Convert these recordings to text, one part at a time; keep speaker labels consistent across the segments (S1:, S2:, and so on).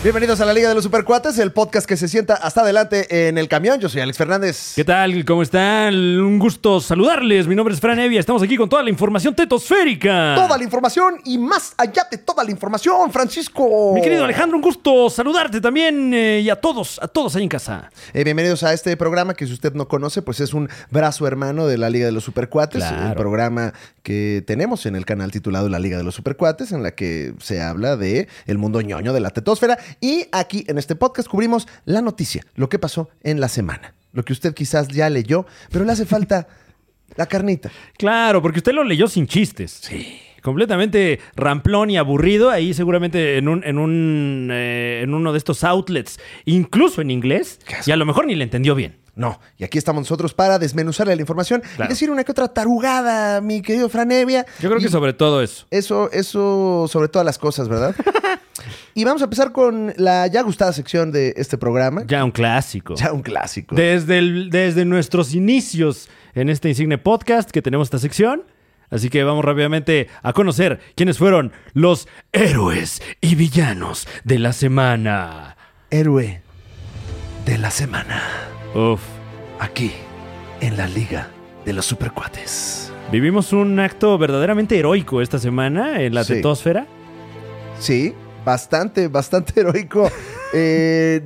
S1: Bienvenidos a la Liga de los Supercuates, el podcast que se sienta hasta adelante en el camión. Yo soy Alex Fernández.
S2: ¿Qué tal? ¿Cómo están? Un gusto saludarles. Mi nombre es Fran Evia. Estamos aquí con toda la información tetosférica.
S1: Toda la información y más allá de toda la información, Francisco.
S2: Mi querido Alejandro, un gusto saludarte también eh, y a todos, a todos ahí en casa.
S1: Eh, bienvenidos a este programa que si usted no conoce, pues es un brazo hermano de la Liga de los Supercuates,
S2: Claro.
S1: el programa que tenemos en el canal titulado La Liga de los Supercuates, en la que se habla de el mundo ñoño de la tetósfera. Y aquí en este podcast cubrimos la noticia, lo que pasó en la semana, lo que usted quizás ya leyó, pero le hace falta la carnita.
S2: Claro, porque usted lo leyó sin chistes. Sí. Completamente ramplón y aburrido, ahí seguramente en un, en un eh, en uno de estos outlets, incluso en inglés,
S1: Qué asco.
S2: y a lo mejor ni le entendió bien.
S1: No, y aquí estamos nosotros para desmenuzarle la información y
S2: Claro.
S1: decir una que otra tarugada, mi querido Franevia.
S2: Yo creo
S1: Y
S2: que sobre todo eso.
S1: Eso, eso sobre todas las cosas, ¿verdad? y vamos a empezar con la ya gustada sección de este programa. Ya,
S2: Ya un clásico.
S1: un clásico.
S2: Desde, el- desde nuestros inicios en este insigne podcast que tenemos esta sección. Así que vamos rápidamente a conocer quiénes fueron los héroes y villanos de la semana.
S1: Héroe de la semana.
S2: Uf,
S1: Aquí, en la Liga de los Supercuates.
S2: vivimos un acto verdaderamente heroico esta semana en la
S1: Sí.
S2: tetosfera.
S1: Sí, bastante, bastante heroico. Eh,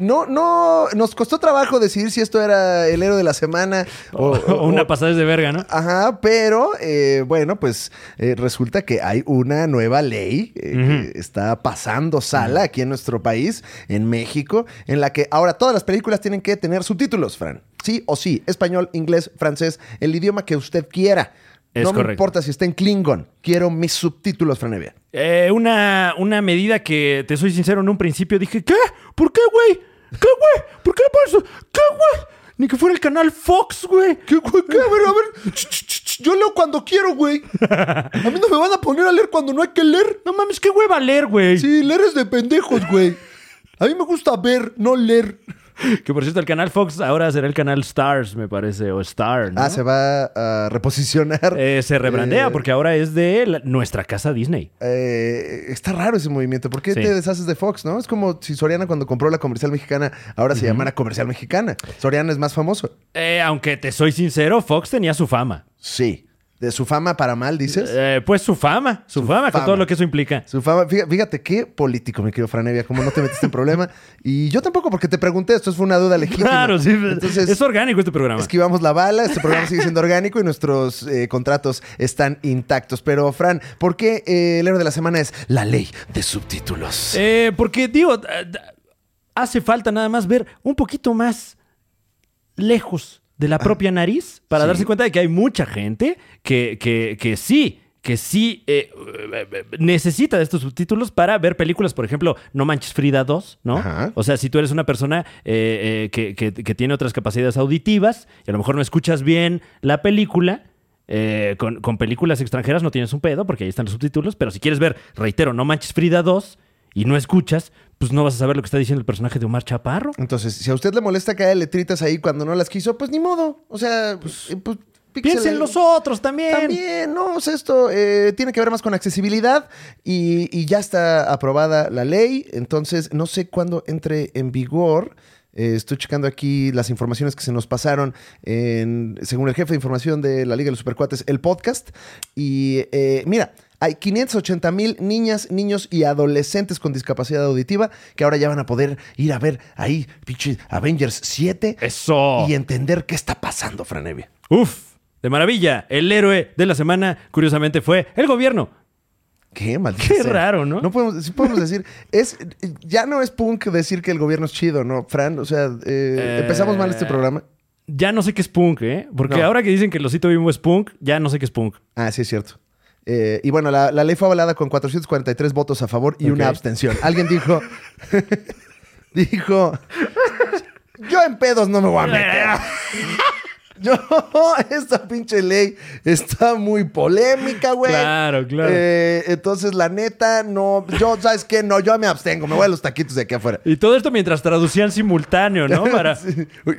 S1: No, no, nos costó trabajo decidir si esto era el héroe de la semana o,
S2: O una pasada de verga, ¿no?
S1: Ajá, pero eh, bueno, pues eh, resulta que hay una nueva ley eh, que está pasando sala aquí en nuestro país, en México, en la que ahora todas las películas tienen que tener subtítulos, Fran. Sí o sí, español, inglés, francés, el idioma que usted quiera.
S2: Es
S1: no me
S2: correcto.
S1: importa si está en Klingon, quiero mis subtítulos, Fran Evia.
S2: Eh, una, una medida que, te soy sincero, en un principio dije, ¿qué? ¿Por qué, güey? ¿Qué, güey? ¿Por qué le pones? ¿Qué, güey? Ni que fuera el canal Fox, güey.
S1: ¿Qué, güey? ¿Qué? A ver, a ver. Ch, ch, ch, ch. Yo leo cuando quiero, güey. A mí no me van a poner a leer cuando no hay que leer.
S2: No mames, qué güey va a leer, güey.
S1: Sí, leer es de pendejos, güey. A mí me gusta ver, no leer.
S2: Que por cierto, el canal Fox ahora será el canal Stars, me parece, o Star, ¿no?
S1: Ah, se va a reposicionar.
S2: Eh, se rebrandea
S1: Eh,
S2: porque ahora es de la- nuestra casa Disney.
S1: eh, está raro ese movimiento. ¿Por qué
S2: Sí.
S1: te deshaces de Fox, no? Es como si Soriana cuando compró la comercial mexicana, ahora se llamara comercial mexicana. Soriana es más famoso.
S2: Eh, aunque te soy sincero, Fox tenía su fama.
S1: Sí. De su fama para mal, dices.
S2: Eh, pues su fama, su, fama,
S1: fama.
S2: con todo lo que eso implica.
S1: Su fama, fíjate, fíjate qué político, mi querido Franevia, como no te metiste en problema. Y yo tampoco, porque te pregunté, esto fue una duda legítima.
S2: Claro, sí.
S1: Entonces,
S2: es orgánico este programa.
S1: Esquivamos la bala, este programa sigue siendo orgánico y nuestros eh, contratos están intactos. Pero, Fran, ¿por qué eh, el héroe de la semana es la ley de subtítulos?
S2: Eh, porque, digo, eh, hace falta nada más ver un poquito más lejos de la propia nariz para
S1: Ah, sí.
S2: darse cuenta de que hay mucha gente que, que, que sí, que sí eh, eh, eh, necesita de estos subtítulos para ver películas, por ejemplo, No Manches Frida 2, ¿no?
S1: Ajá.
S2: O sea, si tú eres una persona eh, eh, que, que- que tiene otras capacidades auditivas y a lo mejor no escuchas bien la película. eh, con, con películas extranjeras no tienes un pedo porque ahí están los subtítulos, pero si quieres ver, reitero, No Manches Frida 2 y no escuchas, pues no vas a saber lo que está diciendo el personaje de Omar Chaparro.
S1: Entonces, si a usted le molesta que haya letritas ahí cuando no las quiso, pues ni modo. O sea, eh, pues,
S2: Piensa en
S1: píxele-
S2: los otros también.
S1: También, no, o sea, esto eh, tiene que ver más con accesibilidad y, y ya está aprobada la ley, entonces no sé cuándo entre en vigor. Eh, estoy checando aquí las informaciones que se nos pasaron en- según el jefe de información de la Liga de los Supercuates, el podcast. Y eh, mira, hay 580 mil niñas, niños y adolescentes con discapacidad auditiva que ahora ya van a poder ir a ver ahí, pinche Avengers 7
S2: Eso.
S1: y entender qué está pasando, Franevia.
S2: Uf, de maravilla. El héroe de la semana, curiosamente, fue el gobierno.
S1: Qué maldita
S2: Qué
S1: sea.
S2: raro, ¿no?
S1: No podemos, sí podemos decir, es, ya no es punk decir que el gobierno es chido, ¿no? Fran, o sea, eh,
S2: Eh,
S1: empezamos mal este programa.
S2: Ya no sé qué es punk, ¿eh? Porque
S1: No.
S2: ahora que dicen que el osito bimbo es punk, ya no sé qué es punk.
S1: Ah, sí, es cierto. Eh, y bueno, la, la ley fue avalada con 443 votos a favor y una
S2: Ok.
S1: abstención. Alguien dijo, dijo, yo en pedos no me voy a meter. Yo, esta pinche ley está muy polémica, güey.
S2: Claro, claro.
S1: Eh, entonces, la neta, no. Yo, ¿sabes qué? No, yo me abstengo. Me voy a los taquitos de aquí afuera.
S2: Y todo esto mientras traducían simultáneo, ¿no? Para.
S1: Sí. Uy,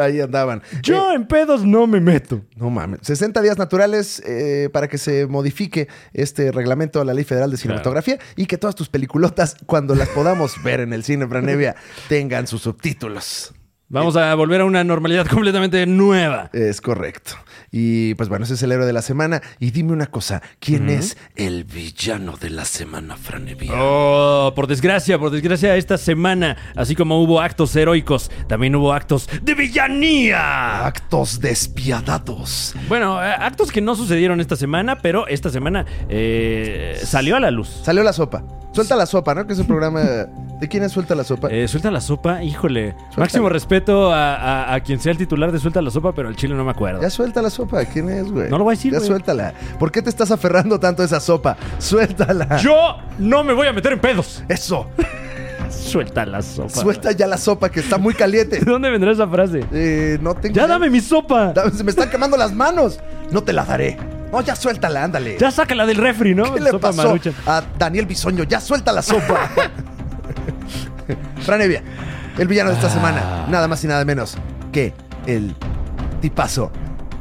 S1: Ahí andaban.
S2: Yo en pedos no me meto.
S1: No mames. 60 días naturales eh, para que se modifique este reglamento a la Ley Federal de Cinematografía y que todas tus peliculotas, cuando las podamos ver en el cine, Franevia, tengan sus subtítulos.
S2: Vamos a volver a una normalidad completamente nueva.
S1: Es correcto. Y pues bueno, ese es el héroe de la semana. Y dime una cosa, ¿quién es el villano de la semana, Franevia?
S2: Oh, por desgracia, por desgracia, esta semana, así como hubo actos heroicos, también hubo actos de villanía.
S1: Actos despiadados.
S2: Bueno, eh, actos que no sucedieron esta semana, pero esta semana eh, salió a la luz.
S1: Salió la sopa. Suelta la sopa, ¿no? Que es un programa... ¿De quién es Suelta la sopa?
S2: Eh, suelta la sopa, híjole. Máximo respeto a, a- a quien sea el titular de Suelta la sopa, pero el chile no me acuerdo.
S1: Ya suelta la sopa. ¿Quién es, güey?
S2: No lo voy a decir,
S1: Ya
S2: güey.
S1: suéltala. ¿Por qué te estás aferrando tanto a esa sopa? Suéltala.
S2: Yo no me voy a meter en pedos.
S1: Eso.
S2: Suelta la sopa.
S1: Suelta ya la sopa que está muy caliente.
S2: ¿De dónde vendrá esa frase?
S1: Eh, no tengo.
S2: Ya dame mi sopa.
S1: Dame- Se me están quemando las manos. No te la daré. No, ya suéltala, ándale.
S2: Ya sácala del refri, ¿no?
S1: ¿Qué le
S2: sopa
S1: pasó
S2: marucha.
S1: a Daniel Bisoño? Ya suelta la sopa. Franevia, el villano de esta
S2: Ah.
S1: semana. Nada más y nada menos que el tipazo.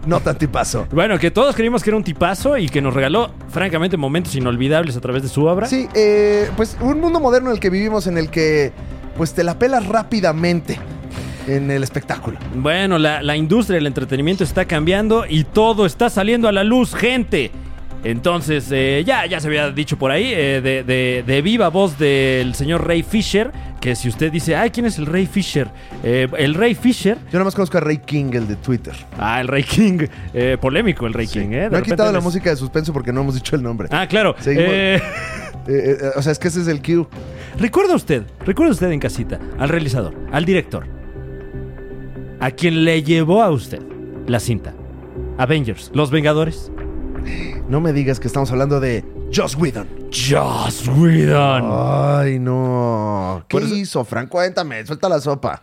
S1: No tan tipazo.
S2: Bueno, que todos creímos que era un tipazo y que nos regaló, francamente, momentos inolvidables a través de su obra.
S1: Sí, eh, pues un mundo moderno en el que vivimos, en el que pues te la pelas rápidamente en el espectáculo.
S2: Bueno, la, la industria del entretenimiento está cambiando y todo está saliendo a la luz, gente. Entonces, eh, ya, ya se había dicho por ahí, eh, de, de- de viva voz del señor Ray Fisher, que si usted dice, ay, ¿quién es el Ray Fisher? Eh, el Ray Fisher,
S1: Yo nada más conozco a Ray King, el de Twitter.
S2: ah, el Ray King, eh, polémico el Ray King, ¿eh? De
S1: no he
S2: repente
S1: quitado la
S2: les-
S1: música de suspenso porque no hemos dicho el nombre.
S2: Ah, claro.
S1: Seguimos.
S2: Eh,
S1: Eh, eh, o sea, es que ese es el cue.
S2: Recuerda usted, recuerda usted en casita, al realizador, al director, a quien le llevó a usted la cinta. Avengers, Los Vengadores,
S1: No me digas que estamos hablando de Joss Whedon.
S2: Joss Whedon.
S1: Ay, no. ¿Qué
S2: Ah, Por eso-
S1: hizo, Frank? Cuéntame, suelta la sopa.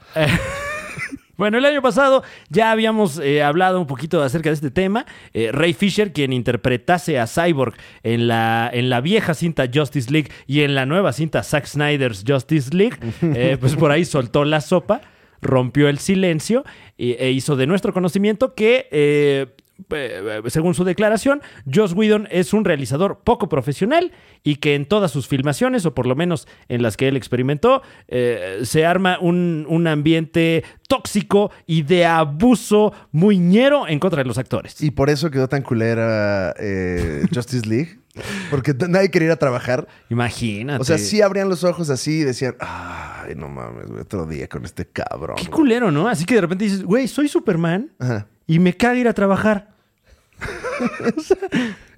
S2: Bueno, el año pasado ya habíamos eh, hablado un poquito acerca de este tema. Eh, Ray Fisher, quien interpretase a Cyborg en la, en la vieja cinta Justice League y en la nueva cinta Zack Snyder's Justice League, eh, pues por ahí soltó la sopa, rompió el silencio y- e hizo de nuestro conocimiento que... eh, eh, según su declaración, Joss Whedon es un realizador poco profesional y que en todas sus filmaciones, o por lo menos en las que él experimentó, eh, se arma un, un ambiente tóxico y de abuso muy ñero en contra de los actores.
S1: Y por eso quedó tan culera eh, Justice League. Porque t- nadie quería ir a trabajar.
S2: Imagínate.
S1: O sea, sí abrían los ojos así y decían, ay, no mames, güey, otro día con este cabrón.
S2: Qué
S1: güey".
S2: culero, ¿no? Así que de repente dices, güey, soy Superman
S1: Ajá.
S2: y me caga ir a trabajar.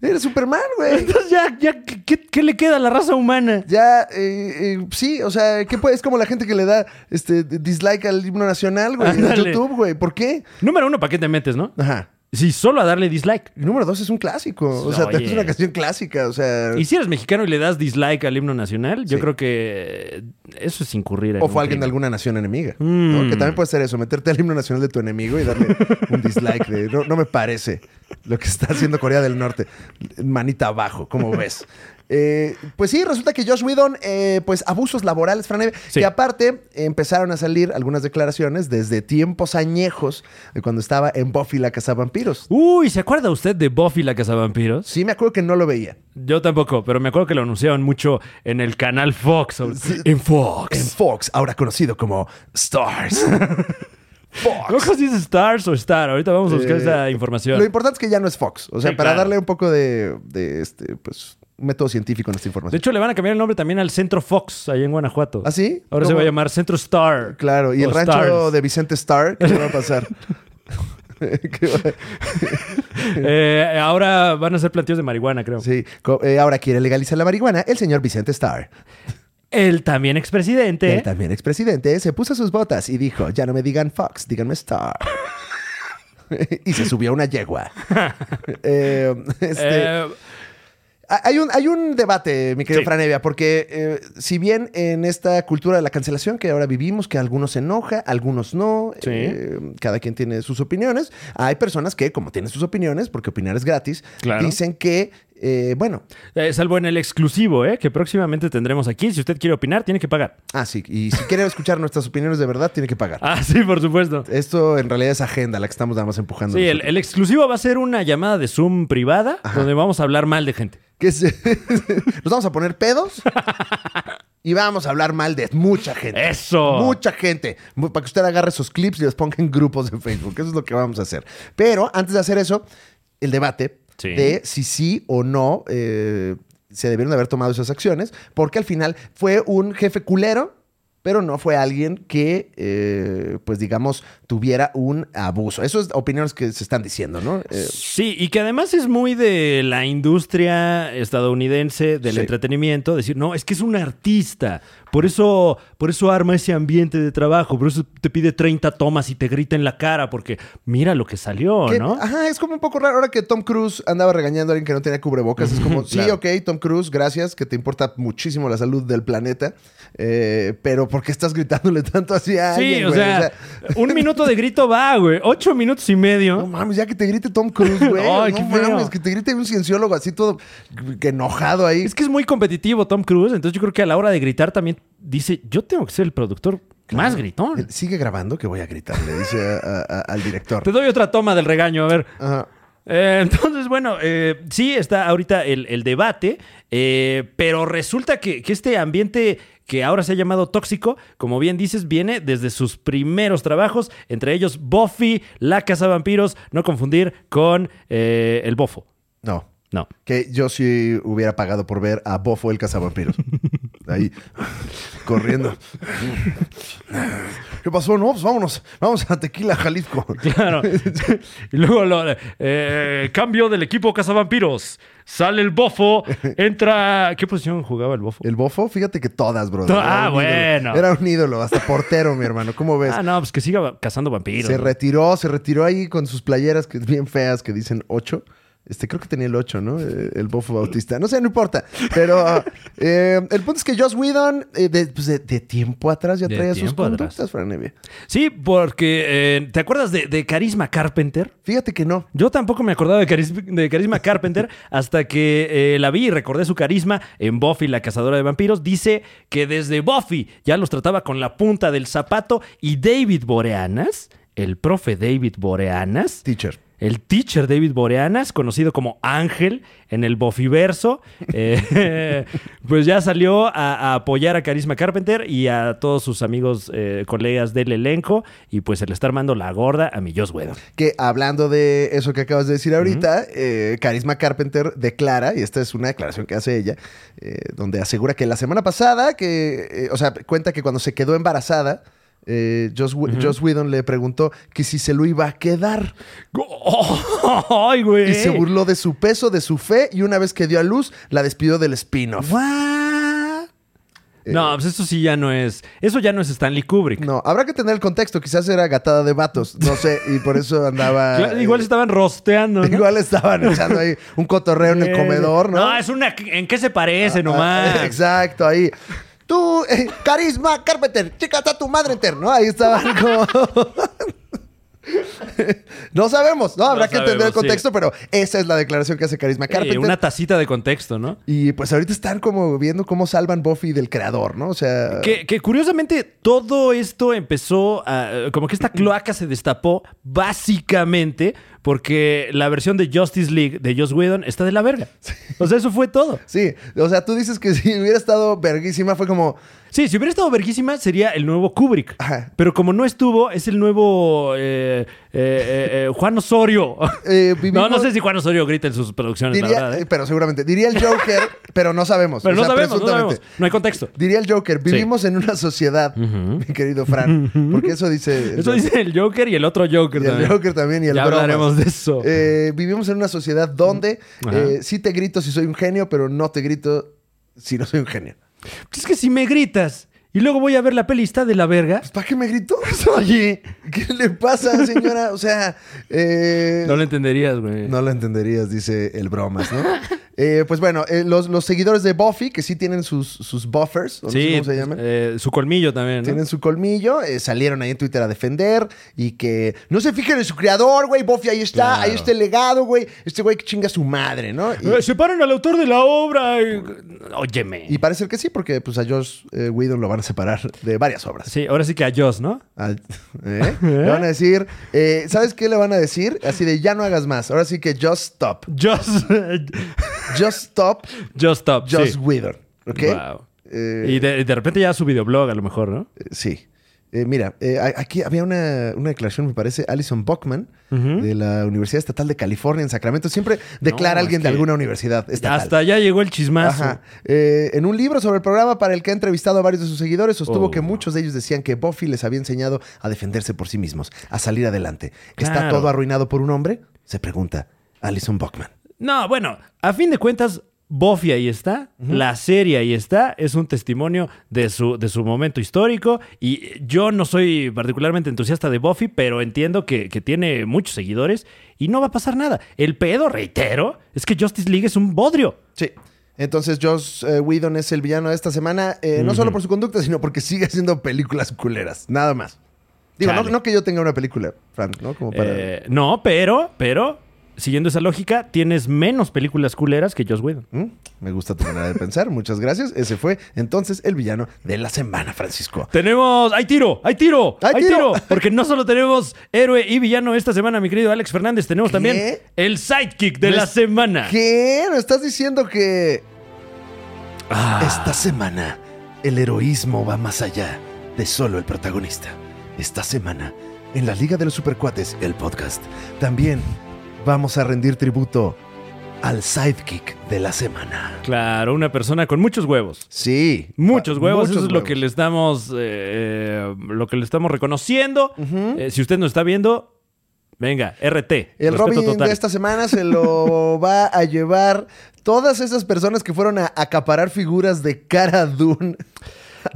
S1: Eres Superman, güey.
S2: Entonces ya, ya ¿qué- ¿qué, qué le queda a la raza humana?
S1: Ya, eh, eh, sí, o sea, ¿qué puede? es como la gente que le da este dislike al himno nacional, güey, en
S2: Ándale.
S1: YouTube, güey. ¿Por qué?
S2: Número uno, ¿para qué te metes, no?
S1: Ajá.
S2: Sí, solo a darle dislike.
S1: Y número dos es un clásico. O sea,
S2: Oye.
S1: es una canción clásica. O sea,
S2: Y si eres mexicano y le das dislike al himno nacional, yo
S1: Sí.
S2: creo que eh, eso es incurrir en
S1: o
S2: un
S1: fue alguien de
S2: crimen.
S1: alguna nación enemiga. ¿no?
S2: Mm.
S1: Que también puede ser eso, meterte al himno nacional de tu enemigo y darle un dislike de no, no me parece lo que está haciendo Corea del Norte. Manita abajo, ¿cómo ves? Eh, pues sí, resulta que Josh Whedon, eh, pues abusos laborales, Fran Evia,
S2: Sí.
S1: que aparte empezaron a salir algunas declaraciones desde tiempos añejos de cuando estaba en Buffy la Cazavampiros.
S2: Uy, ¿se acuerda usted de Buffy la Cazavampiros?
S1: Sí, me acuerdo que no lo veía.
S2: Yo tampoco, pero me acuerdo que lo anunciaban mucho en el canal Fox. sobre- En Fox.
S1: En Fox, ahora conocido como Stars.
S2: No sé si es Stars o Star. Ahorita vamos a buscar
S1: Eh,
S2: esa información.
S1: Lo importante es que ya no es Fox. O sea,
S2: Sí,
S1: para
S2: claro.
S1: darle un poco de, de, este, pues, método científico en esta
S2: De
S1: información.
S2: hecho, le van a cambiar el nombre también al Centro Fox, ahí en Guanajuato.
S1: ¿Ah, sí?
S2: Ahora se
S1: ¿Cómo?
S2: va a llamar Centro Star.
S1: Claro, y
S2: o
S1: el rancho
S2: Stars.
S1: de Vicente Starr, ¿qué le va a pasar? ¿Qué va-
S2: Eh, ahora van a ser planteos de marihuana, creo.
S1: sí, co- eh, ahora quiere legalizar la marihuana el señor Vicente Starr.
S2: El también expresidente.
S1: Él también expresidente se puso sus botas y dijo, ya no me digan Fox, díganme Starr. y se subió a una yegua. Eh, este,
S2: eh,
S1: Ha- Hay un, hay un debate, mi querido
S2: Sí.
S1: Franevia, porque eh, si bien en esta cultura de la cancelación que ahora vivimos, que algunos se enoja, algunos no,
S2: Sí.
S1: eh, cada quien tiene sus opiniones, hay personas que, como tienen sus opiniones, porque opinar es gratis,
S2: Claro.
S1: dicen que, eh, bueno,
S2: Eh, salvo en el exclusivo, ¿eh? que próximamente tendremos aquí. Si usted quiere opinar, tiene que pagar.
S1: ah, sí, y si quiere escuchar nuestras opiniones de verdad, tiene que pagar.
S2: Ah, sí, por supuesto.
S1: Esto en realidad es agenda la que estamos nada más empujando.
S2: Sí, el,
S1: nosotros.
S2: el exclusivo va a ser una llamada de Zoom privada donde vamos a hablar mal de gente.
S1: Que se- Nos vamos a poner pedos y vamos a hablar mal de mucha gente.
S2: ¡Eso!
S1: Mucha gente. Mu- Para que usted agarre sus clips y los ponga en grupos de Facebook. Eso es lo que vamos a hacer. Pero antes de hacer eso, el debate
S2: Sí.
S1: de si sí o no eh, se debieron de haber tomado esas acciones, porque al final fue un jefe culero. Pero no fue alguien que, eh, pues digamos, tuviera un abuso. Eso es opiniones que se están diciendo, ¿no? Eh,
S2: Sí, y que además es muy de la industria estadounidense del
S1: Sí.
S2: entretenimiento, decir, no, es que es un artista, por eso, por eso arma ese ambiente de trabajo, por eso te pide 30 tomas y te grita en la cara, porque mira lo que salió,
S1: Que-
S2: ¿no?
S1: Ajá, es como un poco raro. Ahora que Tom Cruise andaba regañando a alguien que no tenía cubrebocas, es como, sí,
S2: Claro.
S1: ok, Tom Cruise, gracias, que te importa muchísimo la salud del planeta, eh, pero ¿por qué estás gritándole tanto así a
S2: sí,
S1: alguien,
S2: o,
S1: güey?
S2: sea, un minuto de grito va, güey, ocho minutos y
S1: No
S2: medio.
S1: mames, ya que te grite Tom Cruise, güey.
S2: Ay,
S1: no
S2: qué feo.
S1: mames, que te grite un cienciólogo así todo que enojado ahí.
S2: Es que es muy competitivo Tom Cruise, entonces yo creo que a la hora de gritar también dice, yo tengo que ser el productor más gritón.
S1: Sigue grabando que voy a gritar, le dice a- a- a- al director.
S2: Te doy otra toma del regaño, a ver.
S1: Ajá.
S2: Eh, entonces, bueno, eh, sí está ahorita el, el debate, eh, pero resulta que, que este ambiente que ahora se ha llamado tóxico, como bien dices, viene desde sus primeros trabajos, entre ellos Buffy, La Casa de Vampiros, no confundir con eh, El Bofo.
S1: No.
S2: No.
S1: Que yo sí hubiera pagado por ver a Bofo el cazavampiros. Ahí, corriendo. ¿Qué pasó? No, pues vámonos. Vamos a Tequila, Jalisco.
S2: Claro. y luego lo- eh, cambio del equipo Casa Vampiros. Sale el Bofo, entra... ¿Qué posición jugaba el Bofo?
S1: El Bofo, fíjate que todas, brother.
S2: Ah,
S1: Era un ídolo.
S2: bueno.
S1: Era un ídolo, hasta portero, mi hermano. ¿Cómo ves?
S2: Ah, no, pues que siga va- cazando vampiros.
S1: se
S2: ¿no?
S1: retiró, se retiró ahí con sus playeras que bien feas que dicen 8. Este, creo que tenía el 8, ¿no? Eh, El bofo bautista. No sé, no importa. Pero eh, el punto es que Joss Whedon, eh, de, pues, de- de tiempo atrás ya
S2: De
S1: traía sus
S2: tiempo atrás.
S1: conductas, Franevia.
S2: Sí, porque eh, ¿te acuerdas de, de Carisma Carpenter?
S1: Fíjate que no.
S2: Yo tampoco me acordaba de, Caris- de Carisma Carpenter hasta que eh, la vi y recordé su carisma en Buffy, la cazadora de vampiros. Dice que desde Buffy ya los trataba con la punta del zapato y David Boreanas, el profe David Boreanas,
S1: Teacher.
S2: el teacher David Boreanas, conocido como Ángel en el Bofiverso, eh, pues ya salió a, a apoyar a Carisma Carpenter y a todos sus amigos, eh, colegas del elenco, y pues se le está armando la gorda a mi Joss Whedon.
S1: Que hablando de eso que acabas de decir ahorita, eh, Carisma Carpenter declara, y esta es una declaración que hace ella, eh, donde asegura que la semana pasada, que, eh, o sea, cuenta que cuando se quedó embarazada, eh, Joss, Whe- Joss Whedon le preguntó que si se lo iba a quedar
S2: ¡Ay, güey!
S1: y se burló de su peso, de su fe, y una vez que dio a luz, la despidió del spin-off.
S2: ¿What?
S1: Eh.
S2: No, pues eso sí ya no es. Eso ya no es Stanley Kubrick.
S1: No, habrá que tener el contexto, quizás era gatada de vatos, no sé, y por eso andaba...
S2: Cla- Igual
S1: eh,
S2: estaban rosteando. ¿no? Eh,
S1: igual estaban echando ahí un cotorreo en el comedor, ¿no?
S2: No, es una. ¿En qué se parece nomás?
S1: Ah, Exacto, ahí. Tú, eh, carisma, Carpenter, chica, está tu madre enter, ¿no? Ahí estaban como. no sabemos, ¿no? Habrá
S2: No
S1: que entender el
S2: sabemos, sí.
S1: contexto, pero esa es la declaración que hace Carisma
S2: Eh,
S1: Carpenter.
S2: una tacita de contexto, ¿no?
S1: Y pues ahorita están como viendo cómo salvan Buffy del creador, ¿no? O sea.
S2: Que, que curiosamente todo esto empezó a- como que esta cloaca se destapó básicamente porque la versión de Justice League de Joss Whedon está de la verga. O sea, eso fue todo.
S1: Sí, o sea, tú dices que si hubiera estado verguísima, fue como.
S2: Sí, si hubiera estado verguísima sería el nuevo Kubrick.
S1: Ajá.
S2: Pero como no estuvo, es el nuevo eh, eh, eh, eh, Juan Osorio.
S1: eh, vivimos-
S2: No, no sé si Juan Osorio grita en sus producciones,
S1: diría-
S2: la verdad. ¿eh?
S1: eh, Pero seguramente. Diría el Joker, pero no sabemos.
S2: Pero
S1: o
S2: no
S1: sea,
S2: sabemos, no
S1: presuntamente.
S2: sabemos. No hay contexto.
S1: Diría el Joker, vivimos en una sociedad, mi querido Fran. Porque eso dice. el
S2: Eso
S1: Joker.
S2: dice el Joker y el otro Joker
S1: Y el
S2: también.
S1: Joker también y el
S2: Ya
S1: Bromas.
S2: hablaremos de eso.
S1: Eh, vivimos en una sociedad donde
S2: Ajá.
S1: eh, sí te grito si soy un genio, pero no te grito si no soy un genio.
S2: Pues Es que si me gritas y luego voy a ver la peli y está de la verga.
S1: Pues, ¿Para qué me gritó? Oye, ¿qué le pasa, señora? O sea, eh,
S2: No lo entenderías, güey.
S1: no lo entenderías, dice el bromas, ¿no? Eh, pues bueno, eh, los, los seguidores de Buffy, que sí tienen sus, sus buffers, o no sé
S2: Sí,
S1: cómo se llaman.
S2: eh, su colmillo también. ¿no?
S1: Tienen su colmillo, eh, salieron ahí en Twitter a defender y que no se fijen en su creador, güey. Buffy ahí está,
S2: Claro.
S1: ahí está el legado, güey. Este güey que chinga a su madre, ¿no? Y,
S2: Eh, Separen al autor de la obra. y- Óyeme.
S1: y parece que sí, porque pues a Josh eh, Whedon lo van a separar de varias obras.
S2: Sí, ahora sí que a Joss, ¿no?
S1: Al- ¿Eh? Le van a decir, eh, ¿sabes qué le van a decir? Así de ya no hagas más. Ahora sí que just stop.
S2: Joss.
S1: Just stop,
S2: Joss Top.
S1: just
S2: sí.
S1: wither. ¿Ok?
S2: Wow.
S1: Eh,
S2: Y de, de repente ya su videoblog, a lo mejor, ¿no?
S1: eh, sí. Eh, mira, eh, a- aquí había una, una declaración, me parece, Alison Buckman, de la Universidad Estatal de California en Sacramento. Siempre declara
S2: No,
S1: alguien
S2: es
S1: de
S2: que-
S1: alguna universidad estatal.
S2: Hasta allá llegó el chismazo.
S1: Ajá. Eh, en un libro sobre el programa para el que ha entrevistado a varios de sus seguidores, sostuvo
S2: Oh.
S1: que muchos de ellos decían que Buffy les había enseñado a defenderse por sí mismos, a salir adelante. ¿Está
S2: Claro.
S1: todo arruinado por un hombre? Se pregunta Alison Buckman.
S2: No, bueno, a fin de cuentas, Buffy ahí está, la serie ahí está, es un testimonio de su, de su momento histórico y yo no soy particularmente entusiasta de Buffy, pero entiendo que, que tiene muchos seguidores y no va a pasar nada. El pedo, reitero, es que Justice League es un bodrio.
S1: Sí. Entonces, Joss eh, Whedon es el villano de esta semana, eh, no solo por su conducta, sino porque sigue haciendo películas culeras. Nada más. Digo, no,
S2: Chale.
S1: no que yo tenga una película, Fran, ¿no? Como para.
S2: Eh, no, pero, pero, siguiendo esa lógica, tienes menos películas culeras que Joss Whedon.
S1: ¿Mm? Me gusta tu manera de pensar. Muchas gracias. Ese fue entonces el villano de la semana, Francisco.
S2: Tenemos. ¡Hay tiro! ¡Hay tiro!
S1: ¡Hay
S2: ¡Hay,
S1: tiro!
S2: tiro! Porque no solo tenemos héroe y villano esta semana, mi querido Alex Fernández, tenemos
S1: ¿Qué?
S2: también el sidekick de
S1: No
S2: la
S1: es-
S2: semana.
S1: ¿Qué? ¿No estás diciendo que
S2: Ah,
S1: esta semana el heroísmo va más allá de solo el protagonista? Esta semana, en la Liga de los Supercuates, el podcast, también vamos a rendir tributo al sidekick de la semana.
S2: Claro, una persona con muchos huevos.
S1: Sí.
S2: Muchos
S1: Ah,
S2: huevos, eso es
S1: muchos
S2: lo que
S1: huevos.
S2: le estamos. eh, eh, lo que le estamos reconociendo. Eh, si usted nos está viendo, venga, RT.
S1: El
S2: respeto
S1: Robin
S2: total.
S1: de esta semana se lo va a llevar todas esas personas que fueron a acaparar figuras de Cara Dune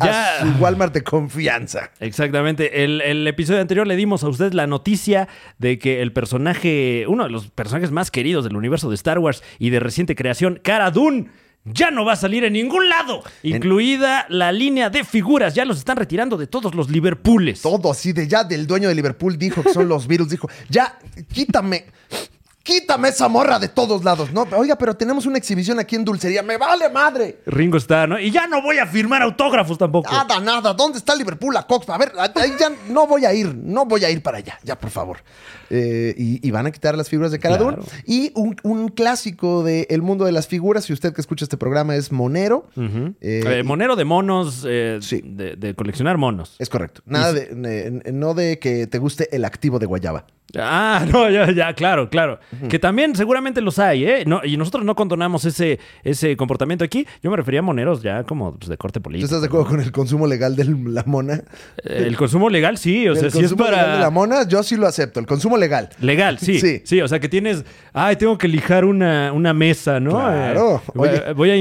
S1: a
S2: Ya.
S1: su Walmart de confianza.
S2: Exactamente. El, el episodio anterior le dimos a usted la noticia de que el personaje, uno de los personajes más queridos del universo de Star Wars y de reciente creación, Cara Dune, ya no va a salir en ningún lado,
S1: En-
S2: incluida la línea de figuras. Ya los están retirando de todos los Liverpooles.
S1: todo así de ya del dueño de Liverpool dijo que son los Beatles, dijo, ya, quítame, quítame esa morra de todos lados, ¿no? Oiga, pero tenemos una exhibición aquí en Dulcería, me vale madre.
S2: Ringo está, ¿no? Y ya no voy a firmar autógrafos tampoco.
S1: Nada, nada, ¿dónde está Liverpool a Cox? A ver, ahí ya no voy a ir, no voy a ir para allá, ya por favor. Eh, y, y van a quitar las figuras de Caradún.
S2: Claro.
S1: Y un, un clásico del mundo de las figuras, si usted que escucha este programa es Monero.
S2: Ujú.
S1: eh,
S2: Eh,
S1: y-
S2: monero de monos, eh,
S1: Sí.
S2: de, de coleccionar monos.
S1: es correcto. Nada de, eh, no de que te guste el activo de Guayaba.
S2: Ah, no, ya, ya, claro, claro. Que también seguramente los hay, ¿eh? No, y nosotros no condonamos ese, ese comportamiento aquí. Yo me refería a moneros ya como pues, de corte
S1: ¿Tú
S2: político. Eh,
S1: estás de acuerdo con el consumo legal de la mona?
S2: El consumo legal, sí, o sea,
S1: el
S2: si es
S1: consumo legal de la
S2: para.
S1: mona, yo sí lo acepto. El consumo legal.
S2: Legal, sí,
S1: Sí.
S2: sí. o sea que tienes. Ay, tengo que lijar una, una mesa, ¿no?
S1: Claro.
S2: Eh, voy-
S1: Oye.
S2: Voy a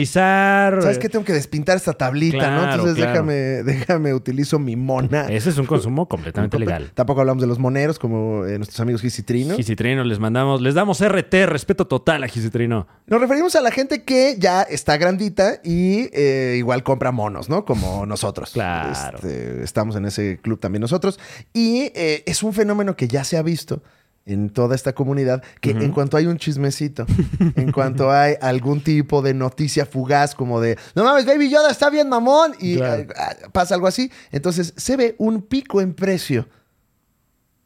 S2: impermeabilizar.
S1: ¿Sabes
S2: eh,
S1: qué? Tengo que despintar esta tablita, ¿no?
S2: Claro,
S1: Entonces
S2: claro.
S1: déjame, déjame, utilizo mi mona.
S2: Ese es un consumo completamente legal.
S1: Tampoco hablamos de los moneros como eh, nuestros amigos Gisitrino.
S2: Gisitrino, les mandamos, les damos RT, respeto total a Gisitrino.
S1: Nos referimos a la gente que ya está grandita y eh, igual compra monos, ¿no? Como nosotros.
S2: Claro.
S1: Este, estamos en ese club también nosotros. Y eh, es un fenómeno que ya se ha visto en toda esta comunidad, que en cuanto hay un chismecito, en cuanto hay algún tipo de noticia fugaz como de, no mames, Baby Yoda está bien mamón, y
S2: Claro.
S1: ah, ah, pasa algo así, entonces se ve un pico en precio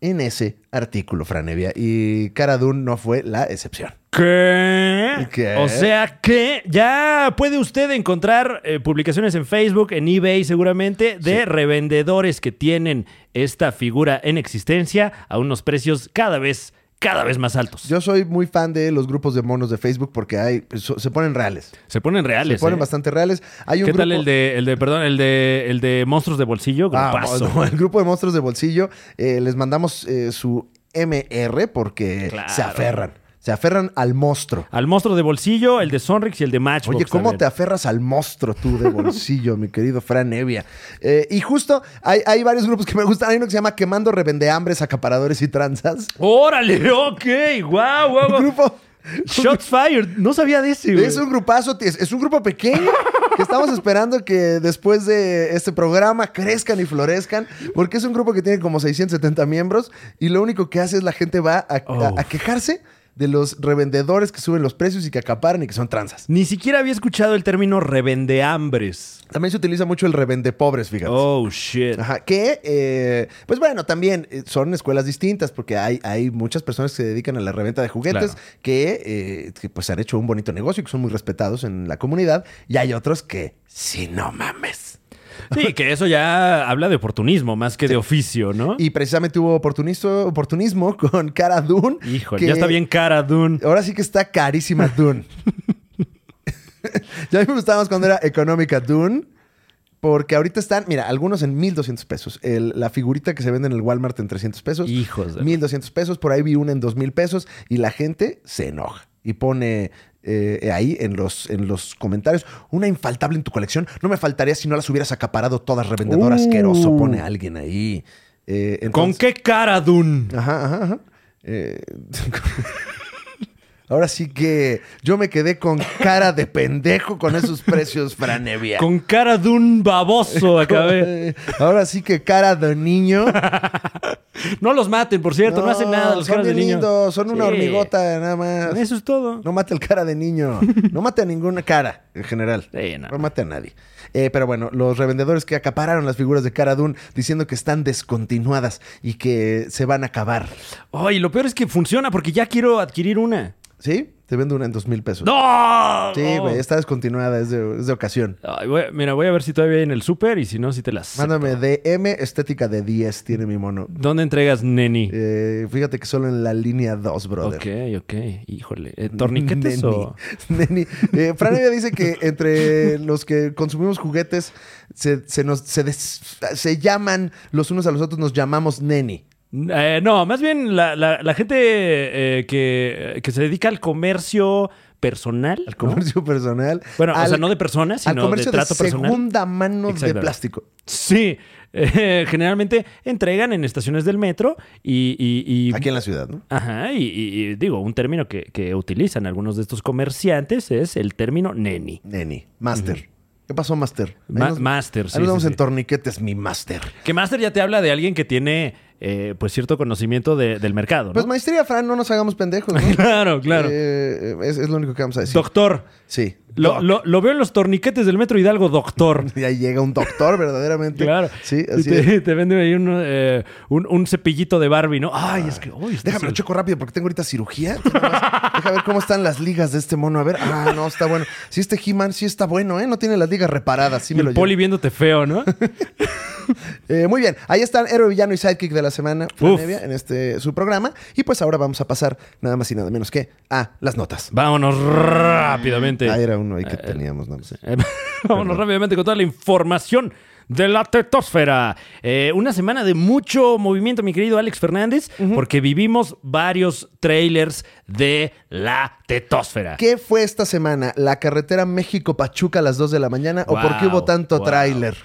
S1: en ese artículo, Franevia. Y Cara Dune no fue la excepción.
S2: ¿Qué?
S1: ¿Qué?
S2: O sea que ya puede usted encontrar eh, publicaciones en Facebook, en eBay seguramente, de revendedores que tienen esta figura en existencia a unos precios cada vez, cada vez más altos.
S1: Yo soy muy fan de los grupos de monos de Facebook porque hay, so- se ponen reales.
S2: Se ponen reales.
S1: se ponen
S2: ¿eh?
S1: bastante reales. Hay un
S2: ¿Qué tal
S1: grupo-
S2: el de, el de, perdón, el de, el de monstruos de bolsillo?
S1: Ah,
S2: Grupazo.
S1: no, el grupo de monstruos de bolsillo. eh, les mandamos eh, su MR porque
S2: Claro.
S1: se aferran. Se aferran al monstruo.
S2: Al monstruo de bolsillo, el de Sonrix y el de Matchbox.
S1: Oye, ¿cómo
S2: Ah, también.
S1: te aferras al monstruo tú de bolsillo, mi querido Fran Evia? Eh, y justo hay, hay varios grupos que me gustan. Hay uno que se llama Quemando Revendeambres, Acaparadores y Tranzas.
S2: ¡Órale! ¡Ok! ¡Guau, guau, guau!
S1: Un grupo
S2: Shots fired. No sabía de ese, güey.
S1: Es un grupazo, es, es un grupo pequeño que estamos esperando que después de este programa crezcan y florezcan, porque es un grupo que tiene como 670 miembros y lo único que hace es la gente va a, a-
S2: Oh.
S1: a quejarse de los revendedores que suben los precios y que acaparan y que son tranzas.
S2: Ni siquiera había escuchado el término revendeambres.
S1: También se utiliza mucho el revende pobres, fíjate.
S2: Oh, shit.
S1: Ajá, que, eh, pues bueno, también eh, son escuelas distintas porque hay, hay muchas personas que se dedican a la reventa de juguetes
S2: Claro.
S1: que, eh, que, pues han hecho un bonito negocio y que son muy respetados en la comunidad y hay otros que, si no mames.
S2: Sí, que eso ya habla de oportunismo más que de oficio, ¿no?
S1: Y precisamente hubo oportunisto- oportunismo con Cara Dune.
S2: Híjole,
S1: que
S2: ya está bien cara, Dune.
S1: Ahora sí que está carísima Dune. ya a mí me gustaba más cuando era económica Dune. Porque ahorita están, mira, algunos en 1200 pesos. El- la figurita que se vende en el Walmart en 300 pesos.
S2: Hijos de-
S1: 1200 pesos. Por ahí vi una en 2000 pesos. Y la gente se enoja. Y pone eh, ahí en los, en los comentarios una infaltable en tu colección. No me faltaría si no las hubieras acaparado todas revendedor
S2: Uh.
S1: asqueroso. Pone alguien ahí. Eh,
S2: ¿Con
S1: entonces-
S2: qué cara, Dune?
S1: Ajá, ajá, ajá. Eh, ahora sí que yo me quedé con cara de pendejo con esos precios, Franevia.
S2: Con cara de un baboso acabé.
S1: Eh, Ahora sí que cara de niño.
S2: No los maten, por cierto, no, hacen nada los
S1: son
S2: caras de
S1: bien
S2: niño.
S1: lindos, son una
S2: Sí.
S1: hormigota nada más.
S2: Eso es todo.
S1: No mate al cara de niño. No mate a ninguna cara en general.
S2: Sí, no.
S1: no. mate a nadie. Eh, pero bueno, los revendedores que acapararon las figuras de Cara Dune diciendo que están descontinuadas y que se van a acabar.
S2: Ay, lo peor es que funciona porque ya quiero adquirir una.
S1: ¿Sí? Te vendo una en dos mil pesos.
S2: ¡No!
S1: Sí, güey, está descontinuada, es de, es de ocasión.
S2: Ay, voy- mira, voy a ver si todavía hay en el súper y si no, si te las.
S1: Mándame DM, estética de 10 tiene mi mono.
S2: ¿Dónde entregas, neni?
S1: Eh, fíjate que solo en la línea 2, brother.
S2: ok, ok. Híjole. Eh, ¿Torniquetes o.?
S1: Neni. Neni. Eh, Fran Evia dice que entre los que consumimos juguetes se, se nos, se, des- se llaman los unos a los otros, nos llamamos neni.
S2: Eh, no, más bien la, la- la gente eh, que, que se dedica al comercio personal.
S1: Al
S2: ¿no?
S1: comercio personal.
S2: Bueno, o
S1: al-
S2: sea, no de personas,
S1: al
S2: sino
S1: comercio
S2: de
S1: de,
S2: trato personal.
S1: segunda mano de
S2: Exacto.
S1: plástico.
S2: Sí, eh, generalmente entregan en estaciones del metro y... y- y-
S1: Aquí en la ciudad, ¿no?
S2: Ajá, y, y- y digo, un término que, que utilizan algunos de estos comerciantes es el término neni.
S1: Neni. Master. ¿Qué pasó, Master? Ahí
S2: Ma-
S1: nos-
S2: master,
S1: ahí
S2: sí,
S1: nos vamos
S2: sí,
S1: en
S2: sí.
S1: torniquetes, mi master.
S2: Que Master ya te habla de alguien que tiene, eh, pues, cierto conocimiento de- del mercado, ¿no?
S1: Pues maestría, Fran, no nos hagamos pendejos. ¿no?
S2: claro, claro.
S1: Eh, es, es lo único que vamos a decir.
S2: doctor.
S1: sí.
S2: Lo,
S1: Doc.
S2: lo- lo veo en los torniquetes del metro Hidalgo, doctor.
S1: Y ahí llega un doctor, verdaderamente.
S2: Claro.
S1: Sí, así
S2: te,
S1: es.
S2: te venden ahí un, eh, un- un cepillito de Barbie, ¿no? Ay, es que... uy,
S1: Pues
S2: este
S1: Déjame lo
S2: es el-
S1: checo rápido porque tengo ahorita cirugía. Entonces, nada más, Deja ver cómo están las ligas de este mono. A ver. Ah, no, está bueno. Sí, este He-Man sí está bueno, ¿eh? No tiene las ligas reparadas. Sí,
S2: y
S1: me lo
S2: el
S1: llevo.
S2: poli viéndote feo, ¿no?
S1: Eh, muy bien. Ahí están Héroe, Villano y Sidekick de la semana. Fran
S2: Uf.
S1: Evia, en este su programa. Y pues ahora vamos a pasar nada más y nada menos que a las notas.
S2: Vámonos rápidamente.
S1: Ah, era uno ahí que teníamos. ¿no?
S2: Eh, Vámonos rápidamente con toda la información de la tetosfera. Eh, una semana de mucho movimiento, mi querido Alex Fernández, porque vivimos varios trailers de la tetosfera.
S1: ¿Qué fue esta semana? ¿La carretera México-Pachuca a las 2 de la mañana? ¿O por qué
S2: Wow,
S1: hubo tanto
S2: wow.
S1: tráiler?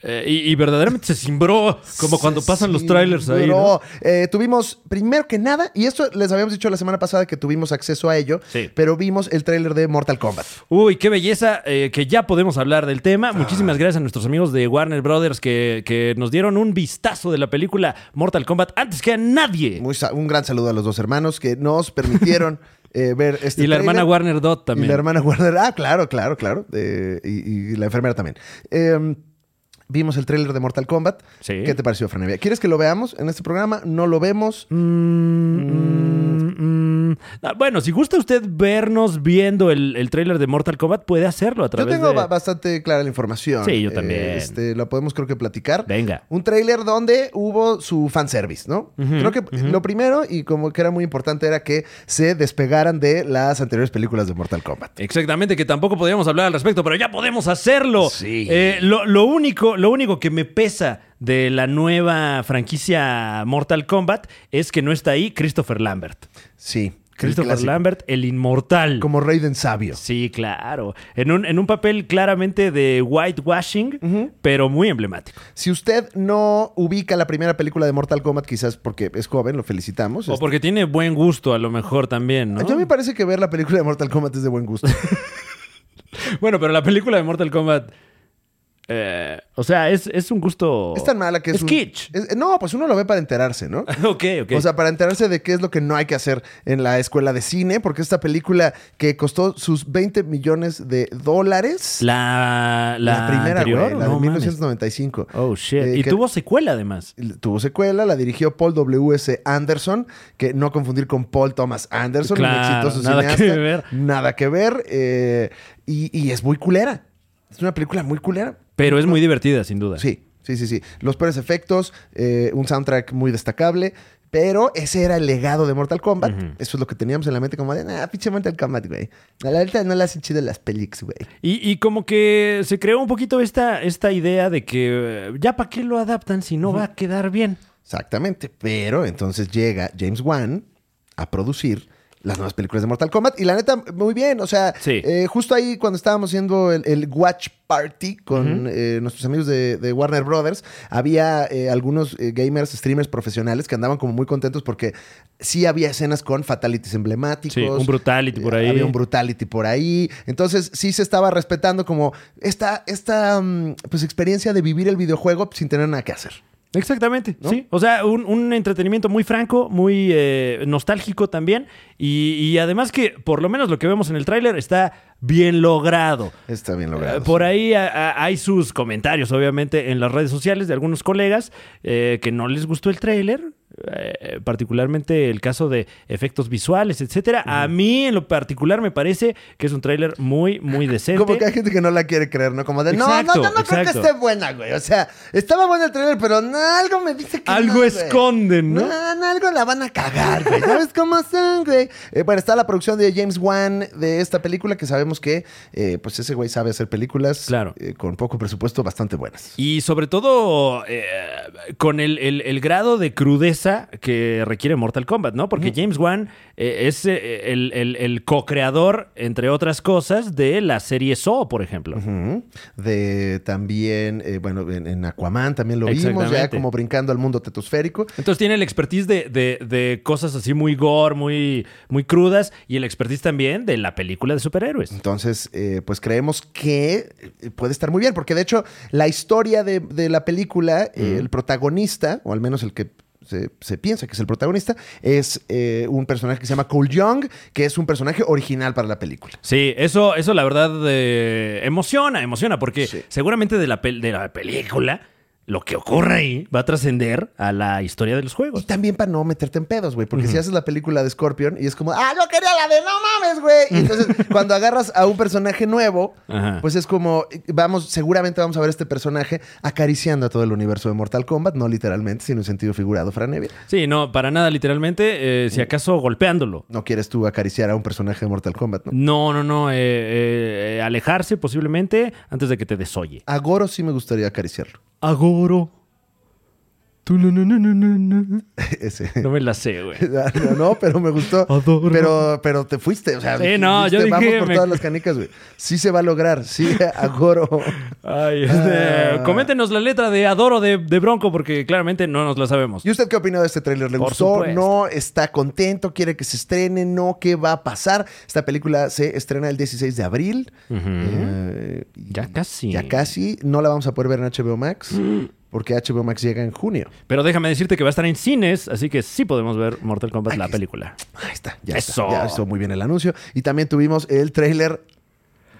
S2: Eh, y, y verdaderamente se cimbró, como cuando
S1: Se
S2: pasan los trailers ahí. ¿no?
S1: cimbró. Eh, tuvimos, primero que nada, y esto les habíamos dicho la semana pasada que tuvimos acceso a ello,
S2: Sí.
S1: pero vimos el tráiler de Mortal Kombat.
S2: Uy, qué belleza eh, que ya podemos hablar del
S1: Ah.
S2: tema. Muchísimas gracias a nuestros amigos de Warner Brothers que, que nos dieron un vistazo de la película Mortal Kombat antes que a nadie.
S1: Muy sa- un gran saludo a los dos hermanos que nos permitieron eh, ver este
S2: y la
S1: tráiler.
S2: hermana Warner Dot también.
S1: Y la hermana Warner. Ah, claro, claro, claro. Eh, y, y la enfermera también. Eh, vimos el tráiler de Mortal Kombat.
S2: Sí.
S1: ¿Qué te pareció, Franevia? ¿Quieres que lo veamos en este programa? No lo vemos.
S2: Mm, mm. Ah, Bueno, si gusta usted vernos viendo el, el tráiler de Mortal Kombat, puede hacerlo a
S1: Yo
S2: través
S1: tengo
S2: de...
S1: ba- bastante clara la información.
S2: Sí, yo
S1: Eh,
S2: también.
S1: este, la podemos creo que platicar.
S2: Venga.
S1: Un tráiler donde hubo su fanservice, ¿no? Creo que lo primero y como que era muy importante era que se despegaran de las anteriores películas de Mortal Kombat.
S2: Exactamente, que tampoco podríamos hablar al respecto, pero ya podemos hacerlo.
S1: Sí.
S2: Eh, lo, lo único, lo único que me pesa de la nueva franquicia Mortal Kombat es que no está ahí Christopher Lambert.
S1: Sí.
S2: Christopher
S1: clásico.
S2: Lambert, el inmortal.
S1: Como Raiden sabio.
S2: Sí, claro. En un, en un papel claramente de whitewashing, pero muy emblemático.
S1: Si usted no ubica la primera película de Mortal Kombat, quizás porque es joven, lo felicitamos.
S2: O porque tiene buen gusto, a lo mejor también, ¿no?
S1: Yo me parece que ver la película de Mortal Kombat es de buen gusto.
S2: Bueno, pero la película de Mortal Kombat. eh, o sea, es, es un gusto.
S1: es tan mala que es.
S2: Es
S1: un-
S2: kitsch.
S1: es- no, pues uno lo ve para enterarse, ¿no?
S2: ok, ok.
S1: O sea, para enterarse de qué es lo que no hay que hacer en la escuela de cine, porque esta película que costó sus 20 millones de dólares.
S2: la, la,
S1: primera,
S2: anterior,
S1: güey, la
S2: no
S1: de
S2: mames.
S1: 1995.
S2: Oh, shit.
S1: Eh,
S2: y
S1: que-
S2: tuvo secuela, además.
S1: Tuvo secuela, la dirigió Paul W.S. Anderson, que no confundir con Paul Thomas Anderson, un
S2: Claro,
S1: exitoso
S2: nada
S1: cineasta.
S2: que ver.
S1: Nada que ver. eh, y, y es muy culera. Es una película muy culera.
S2: Pero es muy divertida, sin duda.
S1: Sí, sí, sí, sí. Los peores efectos, eh, un soundtrack muy destacable. Pero ese era el legado de Mortal Kombat. Eso es lo que teníamos en la mente, como de, nah, pinche Mortal Kombat, güey. A la alta no le hacen chido las películas, güey.
S2: Y, y como que se creó un poquito esta, esta idea de que eh, ya para qué lo adaptan si no va a quedar bien.
S1: Exactamente. Pero entonces llega James Wan a producir las nuevas películas de Mortal Kombat. Y la neta, muy bien. O sea,
S2: Sí.
S1: eh, justo ahí cuando estábamos haciendo el, el Watch Party con eh, nuestros amigos de, de Warner Brothers, había eh, algunos eh, gamers, streamers profesionales que andaban como muy contentos porque sí había escenas con fatalities emblemáticos. eh,
S2: Sí, un brutality por ahí.
S1: Había un brutality por ahí. Entonces sí se estaba respetando como esta, esta mm, pues, experiencia de vivir el videojuego sin tener nada que hacer.
S2: Exactamente, sí. O sea, un, un entretenimiento muy franco, muy eh, nostálgico también. Y, y además que, por lo menos lo que vemos en el tráiler, está bien logrado.
S1: Está bien
S2: Eh,
S1: logrado.
S2: Por ahí a- a- hay sus comentarios, obviamente, en las redes sociales de algunos colegas eh, que no les gustó el tráiler, eh, particularmente el caso de efectos visuales, etcétera. A mí, en lo particular, me parece que es un tráiler muy, muy decente.
S1: Como que hay gente que no la quiere creer, ¿no? Como de, no,
S2: Exacto,
S1: no, yo no creo que
S2: exacto.
S1: esté buena, güey. O sea, estaba buena el trailer, pero no, algo me dice que
S2: Algo
S1: no, güey.
S2: esconden, ¿no?
S1: No, no, algo la van a cagar, güey. ¿Sabes cómo son, güey? Eh, bueno, está la producción de James Wan de esta película que sabemos que, eh, pues ese güey sabe hacer películas
S2: Claro.
S1: eh, con poco presupuesto bastante buenas.
S2: Y sobre todo eh, con el, el- el grado de crudeza que requiere Mortal Kombat, ¿no? Porque James Wan eh, es eh, el, el- el co-creador, entre otras cosas, de la serie Saw, por ejemplo.
S1: Ujú. De también, eh, bueno, en, en Aquaman también lo vimos, ya
S2: Exactamente.
S1: como brincando al mundo tetosférico.
S2: Entonces tiene el expertise de, de- de cosas así muy gore, muy, muy crudas, y el expertise también de la película de superhéroes.
S1: Entonces, eh, pues creemos que eh, puede estar muy bien, porque de hecho la historia de, de la película, eh, el protagonista, o al menos el que se, se piensa que es el protagonista, es eh, un personaje que se llama Cole Young, que es un personaje original para la película.
S2: Sí, eso, eso la verdad eh, emociona, emociona, porque
S1: Sí.
S2: seguramente de la, pel- de la película lo que ocurre ahí va a trascender a la historia de los
S1: Y
S2: juegos.
S1: también para no meterte en pedos, güey, porque si haces la película de Scorpion y es como, ah, yo quería la de no mames, güey. Y entonces, cuando agarras a un personaje nuevo,
S2: Ajá.
S1: pues es como, eh, vamos, seguramente vamos a ver este personaje acariciando a todo el universo de Mortal Kombat, no literalmente, sino en sentido figurado, Fran Evia.
S2: Sí, no, para nada, literalmente, eh, si acaso golpeándolo.
S1: no quieres tú acariciar a un personaje de Mortal Kombat, ¿no?
S2: No, no, no, eh, eh, eh, alejarse posiblemente antes de que te desoye.
S1: A Goro sí me gustaría acariciarlo.
S2: Agoro. Tú, no, no, no, no, no, no.
S1: Ese.
S2: No me la sé, güey.
S1: No, no, pero me gustó.
S2: Adoro.
S1: Pero, pero te fuiste. O sea,
S2: Sí, no,
S1: dijiste,
S2: yo dije,
S1: vamos por
S2: me-
S1: todas las canicas, güey. Sí se va a lograr. Sí, a Goro.
S2: Ay, este,
S1: Ah.
S2: coméntenos la letra de Adoro de, de Bronco porque claramente no nos la sabemos.
S1: ¿Y usted qué opinó de este tráiler? ¿Le
S2: Por
S1: gustó?
S2: supuesto.
S1: ¿No está contento? ¿Quiere que se estrene? ¿No? ¿Qué va a pasar? Esta película se estrena el 16 de abril. Eh, y-
S2: Ya casi.
S1: Ya casi. No la vamos a poder ver en HBO Max porque HBO Max llega en junio.
S2: Pero déjame decirte que va a estar en cines, así que sí podemos ver Mortal Kombat
S1: Ay,
S2: la
S1: qué-
S2: película.
S1: Ahí está, ya
S2: Eso.
S1: está. Ya estuvo muy bien el anuncio. Y también tuvimos el tráiler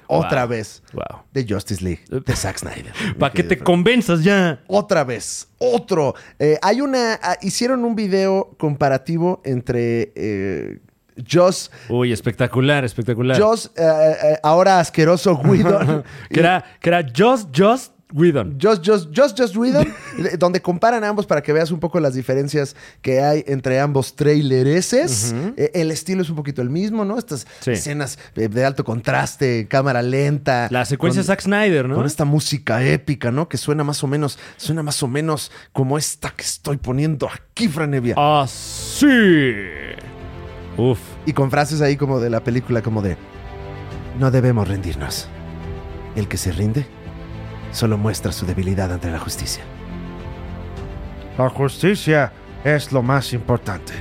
S1: otra
S2: Wow.
S1: vez
S2: Wow.
S1: de Justice League, de Zack Snyder.
S2: Para que
S1: Mi querido
S2: Eh, te
S1: Fran.
S2: convenzas ya.
S1: Otra vez, otro. Eh, hay una. ah, hicieron un video comparativo entre eh, Joss,
S2: Uy, espectacular, espectacular.
S1: Joss, eh, eh, ahora asqueroso Whedon.
S2: que, era, que era Just, Just Whedon.
S1: Just, just, just, just Whedon, de- donde comparan ambos para que veas un poco las diferencias que hay entre ambos trailereses. Eh, el estilo es un poquito el mismo, ¿no? Estas
S2: Sí.
S1: escenas eh, de alto contraste, cámara lenta.
S2: La secuencia
S1: con-
S2: Zack Snyder, ¿no?
S1: Con este- esta música épica, ¿no? Que suena más o menos, suena más o menos como
S2: Ah.
S1: esta que estoy poniendo aquí, Franevia.
S2: Así. Uf.
S1: Y con frases ahí como de la película, como de, no debemos rendirnos. El que se rinde solo muestra su debilidad ante la justicia.
S3: La justicia es lo más importante.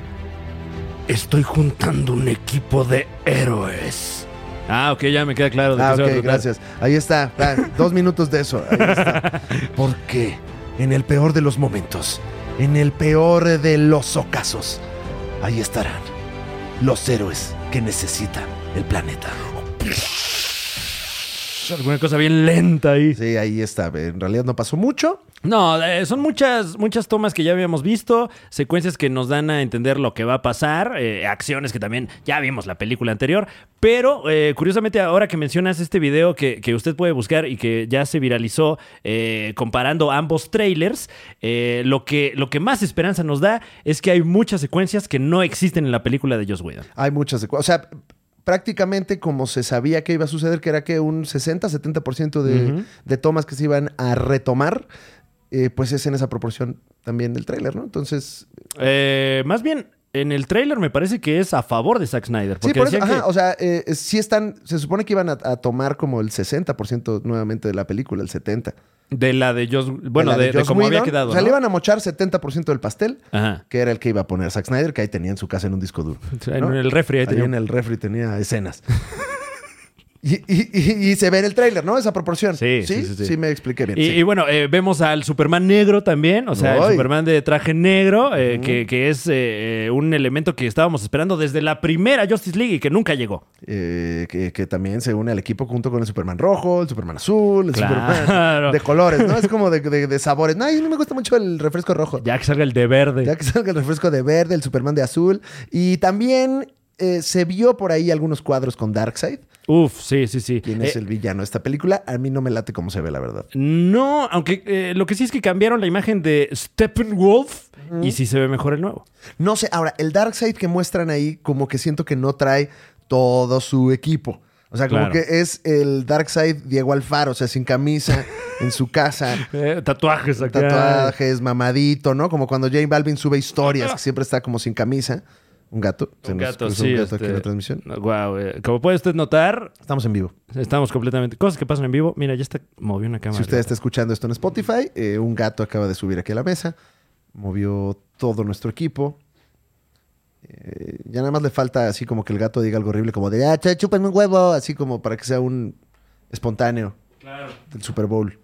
S2: Estoy juntando un equipo de héroes. Ah, ok, ya me queda claro. de
S1: Ah,
S2: qué se va a
S1: ok,
S2: tratar.
S1: gracias. Ahí está. Ah, dos minutos de eso. Ahí está. Porque en el peor de los momentos, en el peor de los ocasos, ahí estarán los héroes que necesita el planeta.
S2: Alguna cosa bien lenta ahí.
S1: Sí, ahí está. En realidad no pasó mucho.
S2: No, eh, son muchas, muchas tomas que ya habíamos visto, secuencias que nos dan a entender lo que va a pasar, eh, acciones que también ya vimos la película anterior, pero eh, curiosamente ahora que mencionas este video que, que usted puede buscar y que ya se viralizó eh, comparando ambos trailers, eh, lo, que, lo que más esperanza nos da es que hay muchas secuencias que no existen en la película de Joss Whedon.
S1: Hay muchas secu- O sea, prácticamente como se sabía que iba a suceder, que era que un 60, 70% de,
S2: Ujú.
S1: de tomas que se iban a retomar, eh, pues es en esa proporción también del tráiler, ¿no? Entonces,
S2: Eh, más bien, en el trailer me parece que es a favor de Zack Snyder.
S1: Sí,
S2: Porque
S1: por eso,
S2: decían
S1: ajá,
S2: que-
S1: o sea, eh, eh, sí están, se supone que iban a, a tomar como el 60% nuevamente de la película, el 70%.
S2: de la de Joss, bueno,
S1: la
S2: de, de
S1: Joss
S2: cómo había
S1: Whedon.
S2: quedado.
S1: O sea,
S2: ¿no?
S1: le iban a mochar 70% del pastel,
S2: Ajá.
S1: que era el que iba a poner Zack Snyder, que ahí tenía en su casa en un disco duro.
S2: O sea, En
S1: ¿no?
S2: el refri ahí
S1: Ahí
S2: tenía
S1: en
S2: un-
S1: el refri tenía escenas. y, y- y- y se ve en el tráiler, ¿no? Esa proporción.
S2: Sí,
S1: sí,
S2: sí, sí, sí.
S1: me expliqué bien.
S2: Y,
S1: sí.
S2: y bueno, eh, vemos al Superman negro también, o sea, el
S1: Ay.
S2: Superman de traje negro, eh, que, que es eh, eh, un elemento que estábamos esperando desde la primera Justice League y que nunca llegó.
S1: Eh, que, que también se une al equipo junto con el Superman rojo, el Superman azul, el
S2: Claro.
S1: Superman de colores, ¿no? Es como de, de- de sabores. No, a mí no me gusta mucho el refresco rojo.
S2: Ya que salga el de verde.
S1: Ya que salga el refresco de verde, el Superman de azul. Y también eh, se vio por ahí algunos cuadros con Darkseid,
S2: Uf, sí, sí, sí.
S1: quien
S2: Eh,
S1: es el villano de esta película. A mí no me late cómo se ve, la verdad.
S2: No, aunque eh, lo que sí es que cambiaron la imagen de Steppenwolf y sí se ve mejor el nuevo.
S1: No sé, ahora, el Darkseid que muestran ahí, como que siento que no trae todo su equipo. O sea, como
S2: Claro.
S1: que es el Darkseid Diego Alfaro, o sea, sin camisa, en su casa.
S2: Eh, tatuajes acá.
S1: Tatuajes, mamadito, ¿no? Como cuando Jane Balvin sube historias, que siempre está como sin camisa. Un gato. Se
S2: Un
S1: nos
S2: gato,
S1: cruzó
S2: sí.
S1: un gato aquí en la
S2: este,
S1: transmisión.
S2: guau, eh, como puede usted notar,
S1: Estamos en vivo.
S2: estamos completamente. Cosas que pasan en vivo. Mira, ya está. Movió una cámara.
S1: Si usted está escuchando esto en Spotify, eh, un gato acaba de subir aquí a la mesa, movió todo nuestro equipo. Eh, ya nada más le falta así como que el gato diga algo horrible, como de, ah, che, chúpenme un huevo, así como para que sea un espontáneo
S2: Claro.
S1: del Super Bowl.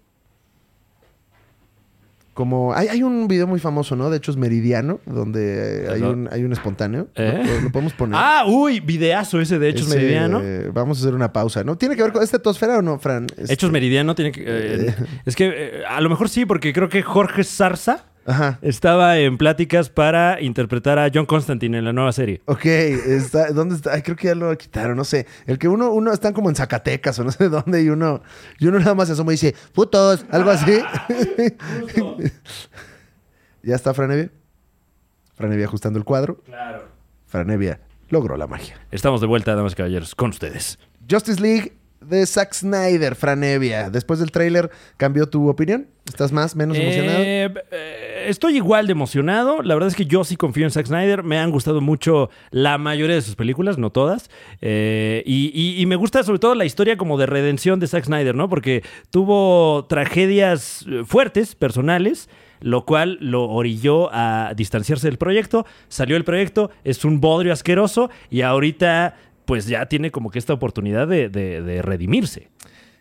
S1: Como, hay, hay un video muy famoso, ¿no? De hecho es Meridiano, donde eh, hay
S2: Ajá.
S1: un, hay un espontáneo.
S2: ¿Eh?
S1: Lo, lo podemos poner.
S2: Ah, uy, videazo ese de Hechos
S1: Ese,
S2: Meridiano.
S1: eh, vamos a hacer una pausa, ¿no? ¿Tiene que ver con este tosfera o no, Fran? Este-
S2: Hechos Meridiano tiene que. eh, es que eh, a lo mejor sí, porque creo que Jorge Zarza
S1: Ajá.
S2: estaba en pláticas para interpretar a John Constantine en la nueva serie.
S1: Ok, está, ¿dónde está? Ay, creo que ya lo quitaron, no sé. El que uno, uno están como en Zacatecas o no sé dónde y uno, y uno nada más se asoma y dice, putos, algo así.
S2: Ah,
S1: ya está Franevia. Franevia ajustando el cuadro.
S2: Claro.
S1: Franevia logró la magia.
S2: Estamos de vuelta, damas y caballeros, con ustedes.
S1: Justice League de Zack Snyder, Franevia. Después del tráiler, ¿cambió tu opinión? ¿Estás más, menos emocionado?
S2: Eh, eh, estoy igual de emocionado. La verdad es que yo sí confío en Zack Snyder. Me han gustado mucho la mayoría de sus películas, no todas. Eh, y, y- y me gusta sobre todo la historia como de redención de Zack Snyder, ¿no? Porque tuvo tragedias eh, fuertes, personales. Lo cual lo orilló a distanciarse del proyecto. Salió el proyecto, es un bodrio asqueroso y ahorita pues ya tiene como que esta oportunidad de- de- de redimirse.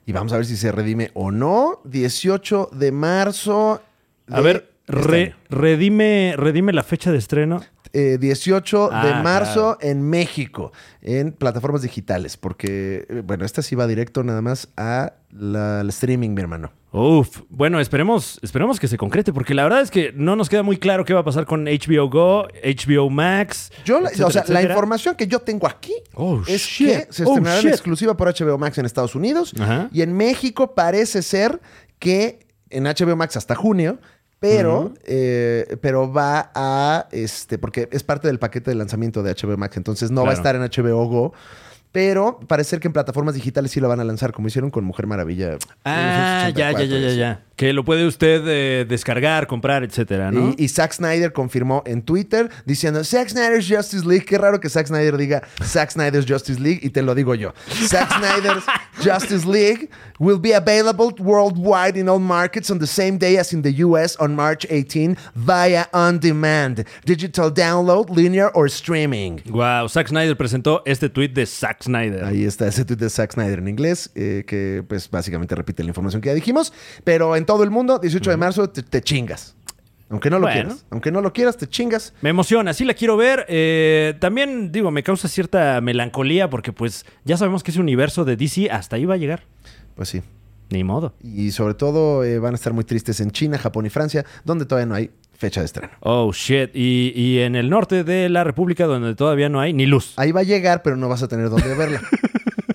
S1: Y vamos a ver si se redime o no. 18 de marzo.
S2: A
S1: de
S2: ver,
S1: este
S2: re-
S1: año.
S2: redime, redime la fecha de estreno.
S1: eh, 18
S2: Ah,
S1: de marzo en México, en plataformas digitales, porque, eh, bueno, esta sí va directo nada más a la- al streaming, mi hermano.
S2: Uf, bueno, esperemos, esperemos que se concrete, porque la verdad es que no nos queda muy claro qué va a pasar con HBO Go, HBO Max.
S1: Yo, la-
S2: etcétera,
S1: o sea, la
S2: etcétera.
S1: información que yo tengo aquí
S2: Oh,
S1: es
S2: shit.
S1: que se
S2: Oh,
S1: estrenará en
S2: shit.
S1: exclusiva por HBO Max en Estados Unidos
S2: Ajá.
S1: y en México parece ser que en HBO Max hasta junio, pero,
S2: Ujú.
S1: eh, pero va a, este, porque es parte del paquete de lanzamiento de HBO Max, entonces no va a estar
S2: Claro.
S1: en HBO Go. Pero parece ser que en plataformas digitales sí la van a lanzar, como hicieron con Mujer Maravilla. eh,
S2: Ah, ya, ya, ya, ya,
S1: 1984,
S2: ya. Que lo puede usted eh, descargar, comprar, etcétera, ¿no?
S1: Y, y Zack Snyder confirmó en Twitter diciendo Zack Snyder's Justice League. Qué raro que Zack Snyder diga Zack Snyder's Justice League y te lo digo yo. Zack Snyder's Justice League will be available worldwide in all markets on the same day as in the US on March 18 via on demand, digital download, linear or streaming.
S2: Wow, Zack Snyder presentó este tweet de Zack Snyder.
S1: Ahí está ese tweet de Zack Snyder en inglés, eh, que pues básicamente repite la información que ya dijimos. Pero en todo el mundo, 18 de marzo, te, te chingas. Aunque no lo
S2: Bueno.
S1: quieras. Aunque no lo quieras, te chingas.
S2: Me emociona, sí la quiero ver. Eh, también, digo, me causa cierta melancolía porque pues ya sabemos que ese universo de DC hasta ahí va a llegar.
S1: Pues sí.
S2: Ni modo.
S1: Y sobre todo eh, van a estar muy tristes en China, Japón y Francia, donde todavía no hay fecha de estreno.
S2: Oh, shit. Y, y en el norte de la República donde todavía no hay ni luz.
S1: Ahí va a llegar, pero no vas a tener dónde verla.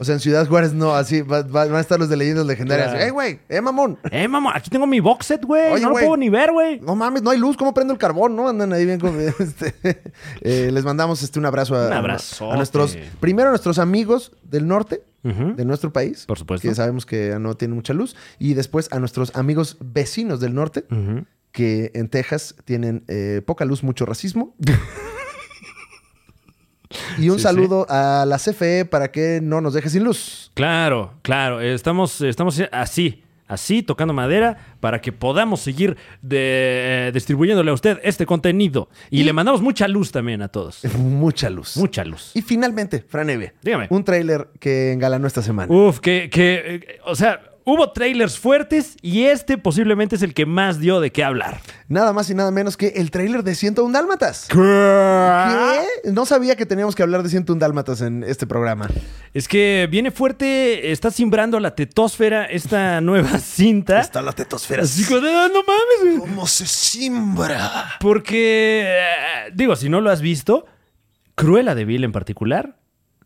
S1: O sea, en Ciudad Juárez no, así va- va- van a estar los de leyendas legendarias.
S2: Claro.
S1: ¡Ey, güey! ¡Eh, mamón!
S2: Eh, mamá, aquí tengo mi box set, güey.
S1: Oye,
S2: No lo
S1: güey.
S2: puedo ni ver, güey.
S1: No mames, no hay luz, ¿cómo prendo el carbón? ¿No? Andan ahí bien con- este, eh, les mandamos este, un abrazo a,
S2: Un abrazote.
S1: a nuestros. Primero a nuestros amigos del norte,
S2: Ujú.
S1: de nuestro país.
S2: Por supuesto.
S1: Que sabemos que no tienen mucha luz. Y después a nuestros amigos vecinos del norte,
S2: Ujú.
S1: que en Texas tienen eh, poca luz, mucho racismo. y un
S2: Sí,
S1: saludo a la CFE para que no nos deje sin luz.
S2: Claro, claro. Eh, Estamos, estamos así, así, tocando madera para que podamos seguir de- eh, distribuyéndole a usted este contenido. Y, le mandamos mucha luz también a todos.
S1: Mucha luz.
S2: Mucha luz.
S1: Y finalmente, Fran Evia,
S2: Dígame.
S1: un tráiler que engalanó esta semana.
S2: Uf, que, que, eh, o sea, hubo trailers fuertes y este posiblemente es el que más dio de qué hablar.
S1: Nada más y nada menos que el tráiler de 101 Dálmatas. ¿Qué? No sabía que teníamos que hablar de 101 Dálmatas en este programa.
S2: Es que viene fuerte, está simbrando la tetosfera esta nueva cinta.
S1: Está la tetosfera.
S2: Así que, ah, no mames, güey.
S1: ¿Cómo se simbra?
S2: Porque, eh, digo, si no lo has visto, Cruella de Vil en particular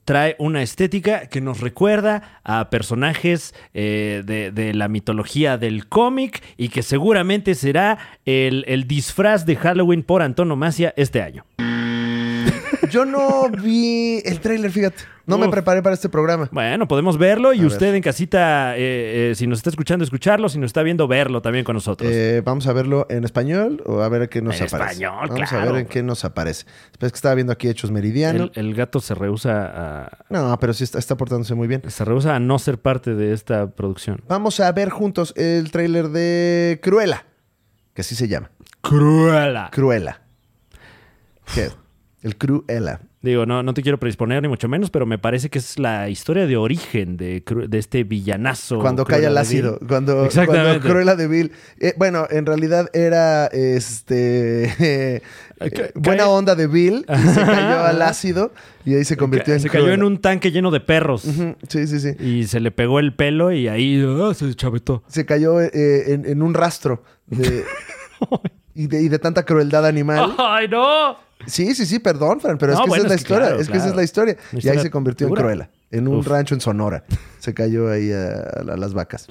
S2: trae una estética que nos recuerda a personajes eh, de, de la mitología del cómic y que seguramente será el, el disfraz de Halloween por antonomasia este año.
S1: Yo no vi el tráiler, fíjate. No me
S2: Uf.
S1: preparé para este programa.
S2: Bueno, podemos verlo y
S1: A ver.
S2: usted en casita, eh, eh, si nos está escuchando, escucharlo, si nos está viendo, verlo también con nosotros.
S1: Eh, vamos a verlo en español o a ver qué nos
S2: En
S1: aparece.
S2: español,
S1: vamos a
S2: claro.
S1: ver en qué nos aparece. Después que estaba viendo aquí Hechos Meridiano.
S2: el, el gato se rehúsa a,
S1: No, pero sí está, está portándose muy bien.
S2: se rehúsa a no ser parte de esta producción.
S1: Vamos a ver juntos el tráiler de Cruella, que así se llama.
S2: Cruella.
S1: Cruella. ¿Qué? El Cruella.
S2: Digo, no, no te quiero predisponer ni mucho menos, pero me parece que es la historia de origen de, Cru- de este villanazo.
S1: Cuando
S2: Cruella
S1: cae el
S2: de
S1: ácido.
S2: Vil.
S1: Cuando,
S2: Exactamente.
S1: cuando Cruella de Vil. Eh, bueno, en realidad era este eh,
S2: Ca-
S1: eh,
S2: cae-
S1: buena onda de Bill. y se cayó al ácido y ahí se convirtió en
S2: se cayó en
S1: Cruella.
S2: un tanque lleno de perros
S1: Ujú, Sí, sí, sí.
S2: y se le pegó el pelo y ahí ah, se chavetó.
S1: se cayó eh, en, en un rastro de, y, de, y de tanta crueldad animal.
S2: ¡Ay, no!
S1: Sí, sí, sí, perdón, Fran, pero es
S2: No,
S1: que
S2: bueno,
S1: esa es la
S2: es que
S1: historia.
S2: claro,
S1: es que esa es
S2: claro.
S1: la historia.
S2: Una
S1: Y ahí
S2: historia
S1: se convirtió
S2: dura.
S1: en Cruella, en un
S2: Uf.
S1: rancho en Sonora. Se cayó ahí a, a las vacas.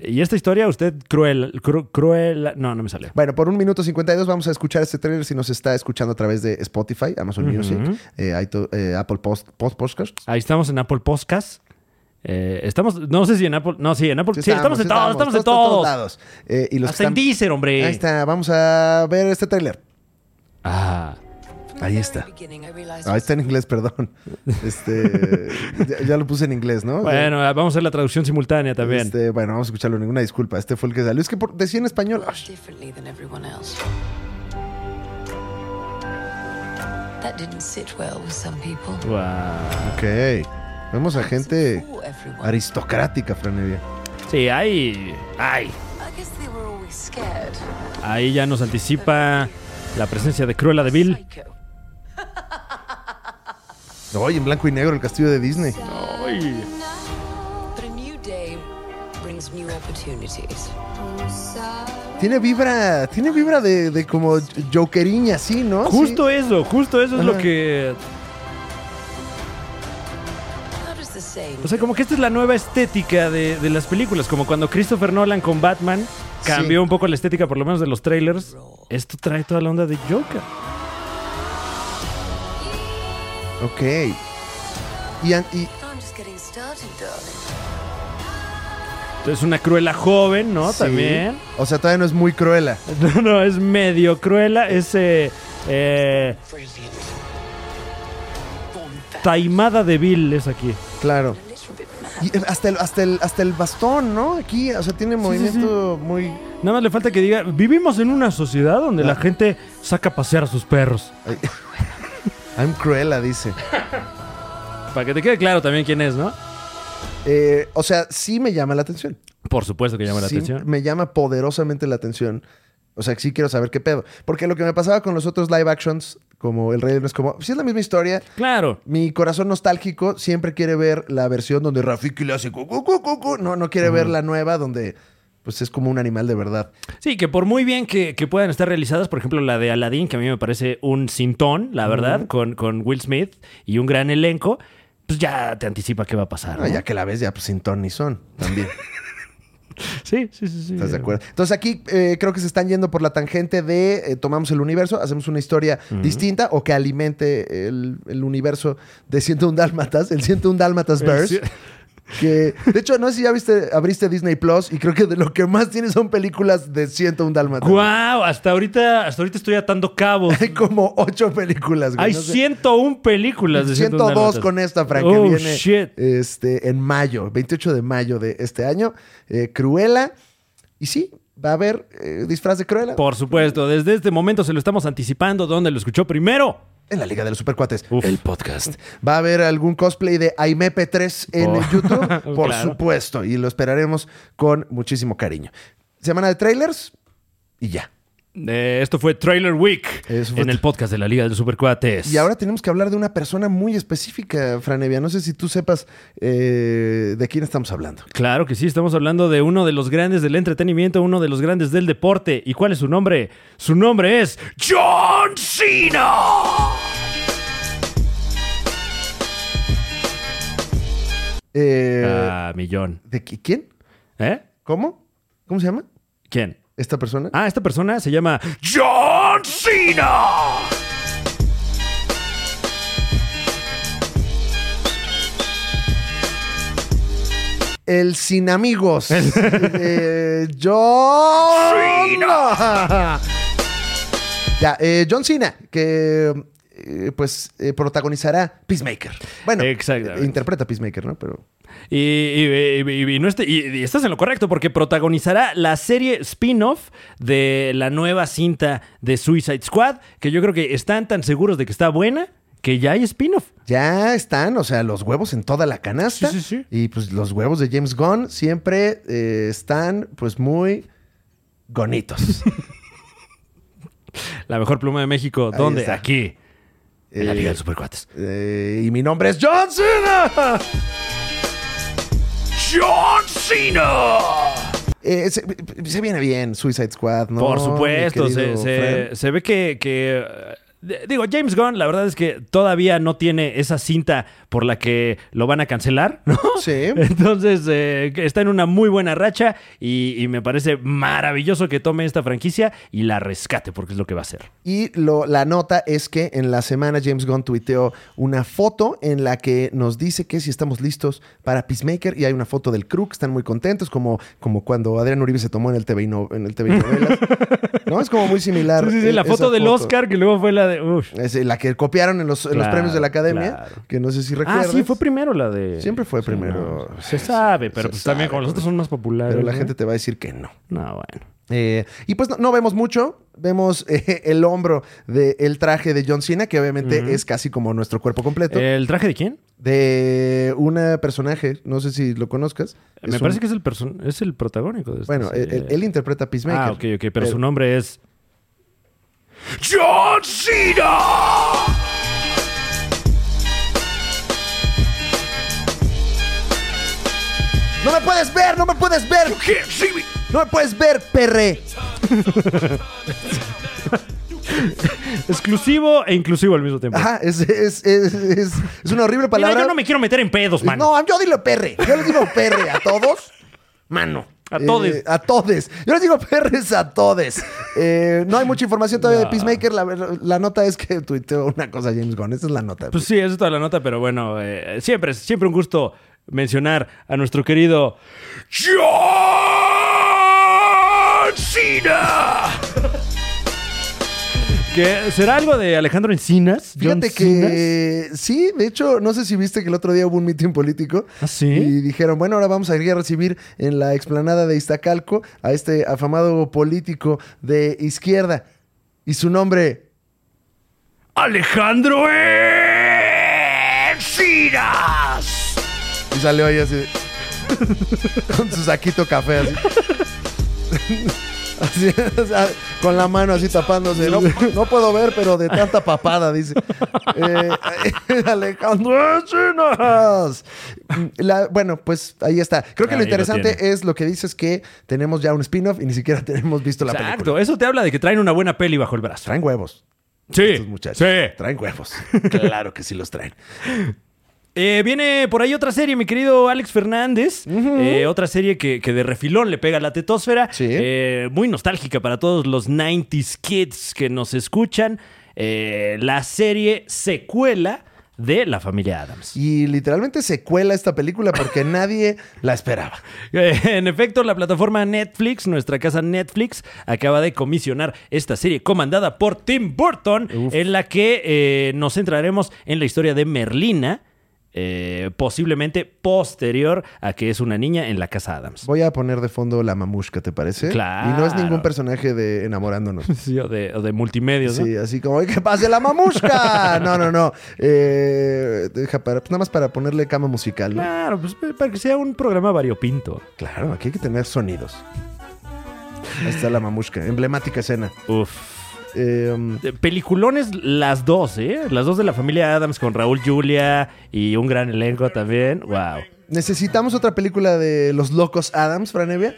S2: Y esta historia, usted cruel, cru- cruel. No, no me salió.
S1: Bueno, por un minuto 52 vamos a escuchar este trailer si nos está escuchando a través de Spotify, Amazon
S2: Ujú.
S1: Music, eh, iTunes, eh, Apple Post, Post Podcasts.
S2: Ahí estamos en Apple Podcast. Eh, estamos, no sé si en Apple. No, sí, en Apple. Sí, estamos, en todos, estamos, en todos.
S1: lados. Eh, y los que
S2: Hasta en
S1: están-
S2: Deezer, hombre.
S1: Ahí está, vamos a ver este trailer.
S2: Ah.
S1: Ahí está. Ah, está en inglés, perdón. Este, ya, ya lo puse en inglés, ¿no?
S2: Bueno, vamos a hacer la traducción simultánea también.
S1: Este, bueno, vamos a escucharlo. Ninguna disculpa. Este fue el que salió. Es que por- decía en español. Ay,
S4: differently than everyone else. That didn't sit well with some people.
S2: Wow.
S1: Ok. Vemos a gente
S4: For everyone.
S1: aristocrática, Franevia.
S2: Sí, hay. Hay.
S4: I guess they were always scared.
S2: Ahí ya nos anticipa la presencia de Cruella de Vil.
S4: Psycho.
S1: Oye, en blanco y negro el castillo de Disney.
S4: But a new day brings new opportunities.
S1: Tiene vibra, tiene vibra de, de como jokeriña, así, ¿no?
S2: Justo eso, justo eso es lo
S1: Ajá.
S2: que.
S4: How does the saying
S2: O sea, como que esta es la nueva estética de, de las películas. Como cuando Christopher Nolan con Batman cambió
S1: Sí.
S2: un poco la estética, por lo menos de los trailers. Esto trae toda la onda de Joker.
S1: Sí. Ok. Y, an- y-
S4: I'm just getting started, darling.
S2: Es una cruela joven, ¿no?
S1: Sí.
S2: También.
S1: O sea, todavía no es muy cruela.
S2: No, no, es medio cruela. Es eh, eh, Taimada de Bill es aquí.
S1: Claro.
S4: A little bit mad.
S1: Y eh, hasta el, hasta el, hasta el bastón, ¿no? Aquí, o sea, tiene movimiento muy.
S2: Nada más le falta que diga, vivimos en una sociedad donde la gente saca a pasear a sus perros.
S1: Ay. I'm cruela, dice.
S2: Para que te quede claro también quién es, ¿no?
S1: Eh, o sea, sí me llama la atención.
S2: Por supuesto que llama la
S1: Sí,
S2: atención.
S1: Me llama poderosamente la atención. O sea, que sí quiero saber qué pedo. Porque lo que me pasaba con los otros live actions, como El Rey del Mes, como, si es la misma historia,
S2: Claro.
S1: mi corazón nostálgico siempre quiere ver la versión donde Rafiki le hace cu, cu, cu, cu, cu. No, no quiere ver la nueva donde pues es como un animal de verdad.
S2: Sí, que por muy bien que, que puedan estar realizadas, por ejemplo, la de Aladdin, que a mí me parece un cintón, la verdad, con, con Will Smith y un gran elenco, pues ya te anticipa qué va a pasar.
S1: Ah,
S2: ¿no?
S1: ya que la ves, ya pues sin ton ni son también.
S2: Sí, sí, sí. sí.
S1: ¿Estás de acuerdo? Entonces aquí eh, creo que se están yendo por la tangente de eh, tomamos el universo, hacemos una historia distinta o que alimente el, el universo de 101 Dálmatas, el 101 Dálmatas
S2: El
S1: Verse.
S2: cien-
S1: Que, de hecho, no sé si ya viste, abriste Disney Plus y creo que de lo que más tiene son películas de 101 Dálmatas.
S2: ¡Guau! Hasta ahorita, hasta ahorita estoy atando cabos.
S1: Hay como ocho películas, güey.
S2: Hay
S1: no sé.
S2: 101 películas de 101
S1: 102
S2: notas.
S1: con esta, Frank, que
S2: Oh,
S1: viene
S2: shit.
S1: Este, en mayo, 28 de mayo de este año. Eh, Cruella. Y sí, va a haber eh, disfraz de Cruella
S2: Por supuesto, desde este momento se lo estamos anticipando. ¿Dónde lo escuchó primero?
S1: en la Liga de los Supercuates.
S2: Uf.
S1: El podcast. Va a haber algún cosplay de P3 en
S2: Oh.
S1: YouTube, por
S2: Claro.
S1: supuesto. Y lo esperaremos con muchísimo cariño. Semana de trailers y ya.
S2: Eh, esto fue Trailer Week
S1: Eso fue
S2: en el podcast de la Liga de los Supercuates.
S1: Y ahora tenemos que hablar de una persona muy específica, Franevia. No sé si tú sepas eh, de quién estamos hablando.
S2: Claro que sí, estamos hablando de uno de los grandes del entretenimiento, uno de los grandes del deporte. ¿Y cuál es su nombre? Su nombre es John Cena.
S1: Eh,
S2: Ah, millón.
S1: ¿De qui- quién?
S2: ¿Eh?
S1: ¿Cómo? ¿Cómo se llama?
S2: ¿Quién?
S1: ¿Esta persona?
S2: Ah, esta persona se llama John Cena.
S1: El sin amigos. Eh, John Cena. Ya, eh, John Cena, que eh, pues eh, protagonizará Peacemaker. Bueno,
S2: Exactamente.
S1: eh, interpreta Peacemaker, ¿no? Pero
S2: Y, y- y- y- y no esté- y- y estás en lo correcto porque protagonizará la serie spin-off de la nueva cinta de Suicide Squad, que yo creo que están tan seguros de que está buena que ya hay spin-off.
S1: ya están, o sea, los huevos en toda la canasta.
S2: Sí, sí, sí.
S1: Y pues los huevos de James Gunn siempre eh, están pues muy gonitos.
S2: La mejor pluma de México,
S1: Ahí
S2: ¿dónde?
S1: está.
S2: Aquí, en la
S1: Eh,
S2: Liga de Supercuates.
S1: Eh, y mi nombre es John Cena.
S2: ¡John Cena!
S1: Eh, se, se viene bien Suicide Squad, ¿no?
S2: Por
S1: mi
S2: supuesto, se,
S1: querido
S2: se-
S1: Fran?
S2: se ve que... que, eh, d- Digo, James Gunn, la verdad es que todavía no tiene esa cinta por la que lo van a cancelar, ¿no?
S1: Sí.
S2: Entonces, eh, que está en una muy buena racha y, y me parece maravilloso que tome esta franquicia y la rescate, porque es lo que va a hacer.
S1: Y lo- la nota es que en la semana James Gunn tuiteó una foto en la que nos dice que si estamos listos para Peacemaker y hay una foto del crew que están muy contentos, como, como cuando Adrián Uribe se tomó en el TV, y no- en el TV novelas. ¿No? Es como muy similar. e-,
S2: Sí, sí, sí, la
S1: esa
S2: foto del Oscar, que luego fue la de... uf.
S1: Es eh, la que copiaron en los, en los
S2: Claro,
S1: premios de la academia,
S2: claro.
S1: que no sé si
S2: Ah,
S1: recuerdas.
S2: sí, fue primero la de...
S1: Siempre fue
S2: Sí,
S1: primero.
S2: no, se sabe, pero
S1: Se
S2: pues también
S1: sabe,
S2: como los otros son más populares.
S1: Pero la
S2: ¿no?
S1: gente te va a decir que no.
S2: No, bueno.
S1: Eh, y pues no, no vemos mucho. Vemos eh, el hombro del traje de John Cena, que obviamente es casi como nuestro cuerpo completo.
S2: ¿El traje de quién?
S1: de una personaje, no sé si lo conozcas.
S2: me parece que es el, person- es el protagónico. De esta
S1: Bueno, él,
S2: serie.
S1: él- él interpreta a Peacemaker. Eh,
S2: Ah, ok, ok, pero, su nombre es... ¡John Cena!
S1: ¡No me puedes ver! ¡No me puedes ver! ¡No me puedes ver, perre!
S2: Exclusivo e inclusivo al mismo tiempo.
S1: Ajá, es, es, es, es, es una horrible
S2: Mira,
S1: palabra.
S2: yo no me quiero meter en pedos, man.
S1: No, yo dilo perre. Yo les digo perre a todos. Mano.
S2: A todes.
S1: Eh, a todes. Yo les digo perres a todes. Eh, no hay mucha información todavía de Peacemaker. La, ver- la nota es que tuiteó una cosa James Gunn. Esa es la nota.
S2: Pues sí, eso es toda la nota, pero bueno, eh, siempre, es- siempre un gusto mencionar a nuestro querido John Cena. Que será algo de Alejandro Encinas. John
S1: Fíjate
S2: Cenas?
S1: que sí, de hecho, no sé si viste que el otro día hubo un mitin político.
S2: ¿Ah, sí?
S1: Y dijeron, bueno, ahora vamos a ir a recibir en la explanada de Iztacalco a este afamado político de izquierda. Y su nombre,
S2: Alejandro Encinas.
S1: y salió ahí así, con su saquito café así. Así, o sea, con la mano así tapándose. No, no puedo ver, pero de tanta papada, dice. Eh, Alejandro Encinas. La- bueno, pues ahí está. Creo que lo
S2: Ah, Ahí lo
S1: interesante
S2: tiene.
S1: es lo que dices que tenemos ya un spin-off y ni siquiera tenemos visto la película.
S2: Exacto, eso te habla de que traen una buena peli bajo el brazo. ¿eh?
S1: Traen huevos.
S2: Sí,
S1: Estos muchachos.
S2: sí.
S1: Traen huevos. Claro que sí los traen.
S2: Eh, viene por ahí otra serie, mi querido Alex Fernández. Eh, otra serie que, que de refilón le pega a la tetosfera.
S1: Sí.
S2: Eh, muy nostálgica para todos los 90s kids que nos escuchan. Eh, la serie secuela de La Familia Adams.
S1: Y literalmente se cuela esta película porque nadie la esperaba.
S2: Eh, En efecto, la plataforma Netflix, nuestra casa Netflix, acaba de comisionar esta serie comandada por Tim Burton, en la que eh, nos centraremos en la historia de Merlina, eh, posiblemente posterior a que es una niña en la casa Adams.
S1: Voy a poner de fondo la mamushka, ¿te parece?
S2: Claro.
S1: Y no es ningún personaje de enamorándonos.
S2: Sí, o de, o de multimedios, ¿no?
S1: Sí, así como, "Ay, que pase la mamushka! No, no, no. Eh, deja para, pues nada más para ponerle cama musical. ¿no?
S2: Claro, pues para que sea un programa variopinto.
S1: Claro, aquí hay que tener sonidos. Ahí está la mamushka, emblemática escena.
S2: Uf.
S1: Eh,
S2: Eh, Peliculones las dos, ¿eh? Las dos de la familia Adams con Raúl Julia y un gran elenco también. ¡Wow!
S1: ¿Necesitamos otra película de Los Locos Adams, Franevia?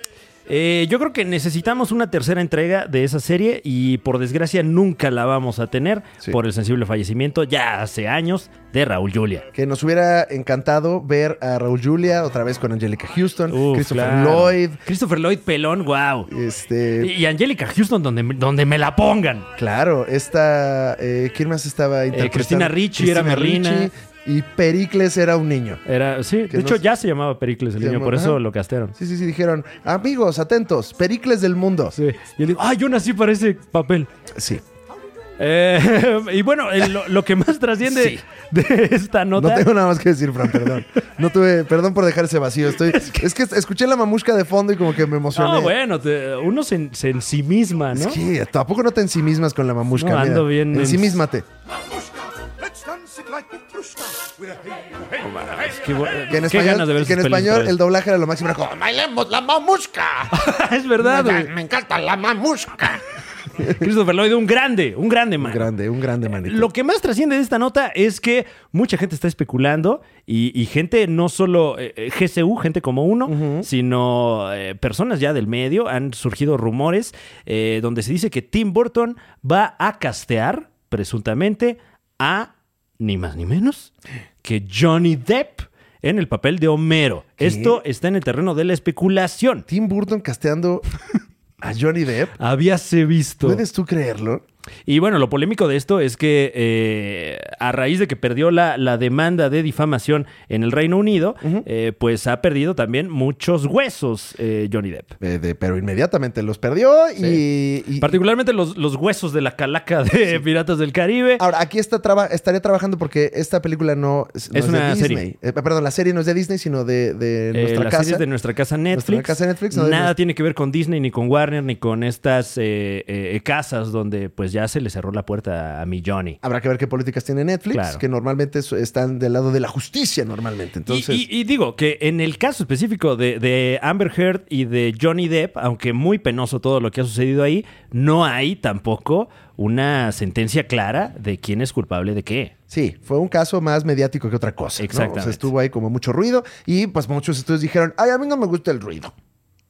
S2: Eh, yo creo que necesitamos una tercera entrega de esa serie y por desgracia nunca la vamos a tener
S1: Sí.
S2: por el sensible fallecimiento ya hace años de Raúl Julia.
S1: Que nos hubiera encantado ver a Raúl Julia otra vez con Angelica Houston,
S2: Uf,
S1: Christopher
S2: claro.
S1: Lloyd.
S2: Christopher Lloyd Pelón, wow.
S1: Este,
S2: Y, y Angélica Houston donde, donde me la pongan.
S1: Claro, esta. eh, ¿Quién más estaba interpretando?
S2: Cristina Ricci era Merlina.
S1: Ricci, y Pericles era un niño.
S2: Era, sí,
S1: Que
S2: de hecho
S1: nos-
S2: ya se llamaba Pericles el
S1: Se
S2: niño,
S1: llama-
S2: por eso
S1: ajá.
S2: lo castearon.
S1: Sí, sí, sí, dijeron, amigos, atentos, Pericles del mundo.
S2: Sí. Y él dijo, ah, yo nací para ese papel.
S1: Sí.
S2: Eh, y bueno, el- lo, lo que más trasciende
S1: Sí.
S2: de esta nota...
S1: No tengo nada más que decir, Fran, perdón. No tuve, perdón por dejar ese vacío. Estoy, es, que, escuché la mamushka de fondo y como que me emocioné.
S2: Ah, bueno, te- uno se, se ensimisma, ¿no?
S1: Es que tampoco no te ensimismas con la mamushka.
S2: No, ando
S1: mira.
S2: bien en-
S1: Ensimismate.
S2: Qué, bu-
S1: Que en
S2: qué
S1: español,
S2: ganas de ver
S1: que en
S2: esas pelis otra
S1: español
S2: vez.
S1: el doblaje era lo máximo. Era como, "Oh,
S5: ¡Bailemos la mamusca!
S2: es verdad, güey.
S5: Me encanta la mamusca.
S2: Christopher Lloyd, un grande, un grande man.
S1: un grande, un grande manito.
S2: eh, Lo que más trasciende de esta nota es que mucha gente está especulando y, y gente, no solo eh, eh, GCU, gente como uno, sino eh, personas ya del medio. Han surgido rumores eh, donde se dice que Tim Burton va a castear, presuntamente, a ni más ni menos que Johnny Depp en el papel de Homero. Esto está en el terreno de la especulación.
S1: Tim Burton casteando a Johnny Depp.
S2: Habíase visto.
S1: ¿Puedes tú creerlo?
S2: Y bueno, lo polémico de esto es que eh, a raíz de que perdió la, la demanda de difamación en el Reino Unido, eh, pues ha perdido también muchos huesos eh, Johnny Depp.
S1: Eh, de- pero inmediatamente los perdió y, y-
S2: Particularmente los, los huesos de la calaca de Piratas del Caribe.
S1: Ahora, aquí está traba- estaría trabajando porque esta película no es, no
S2: Es
S1: es
S2: una
S1: de Disney.
S2: serie.
S1: Eh, perdón, la serie no es de Disney, sino de, de
S2: Eh,
S1: nuestra
S2: las
S1: casa.
S2: series de nuestra casa Netflix.
S1: Nuestra casa Netflix, no de
S2: Nada
S1: nuestra-
S2: tiene que ver con Disney, ni con Warner, ni con estas eh, eh, casas donde pues ya se le cerró la puerta a mi Johnny.
S1: Habrá que ver qué políticas tiene Netflix,
S2: Claro.
S1: que normalmente so- están del lado de la justicia, normalmente. Entonces,
S2: Y, y- y digo que en el caso específico de, de Amber Heard y de Johnny Depp, aunque muy penoso todo lo que ha sucedido ahí, no hay tampoco una sentencia clara de quién es culpable de qué.
S1: sí, fue un caso más mediático que otra cosa. ¿no? O
S2: Exactamente.
S1: sea, estuvo ahí como mucho ruido y pues muchos estudios dijeron, ay, a mí no me gusta el ruido.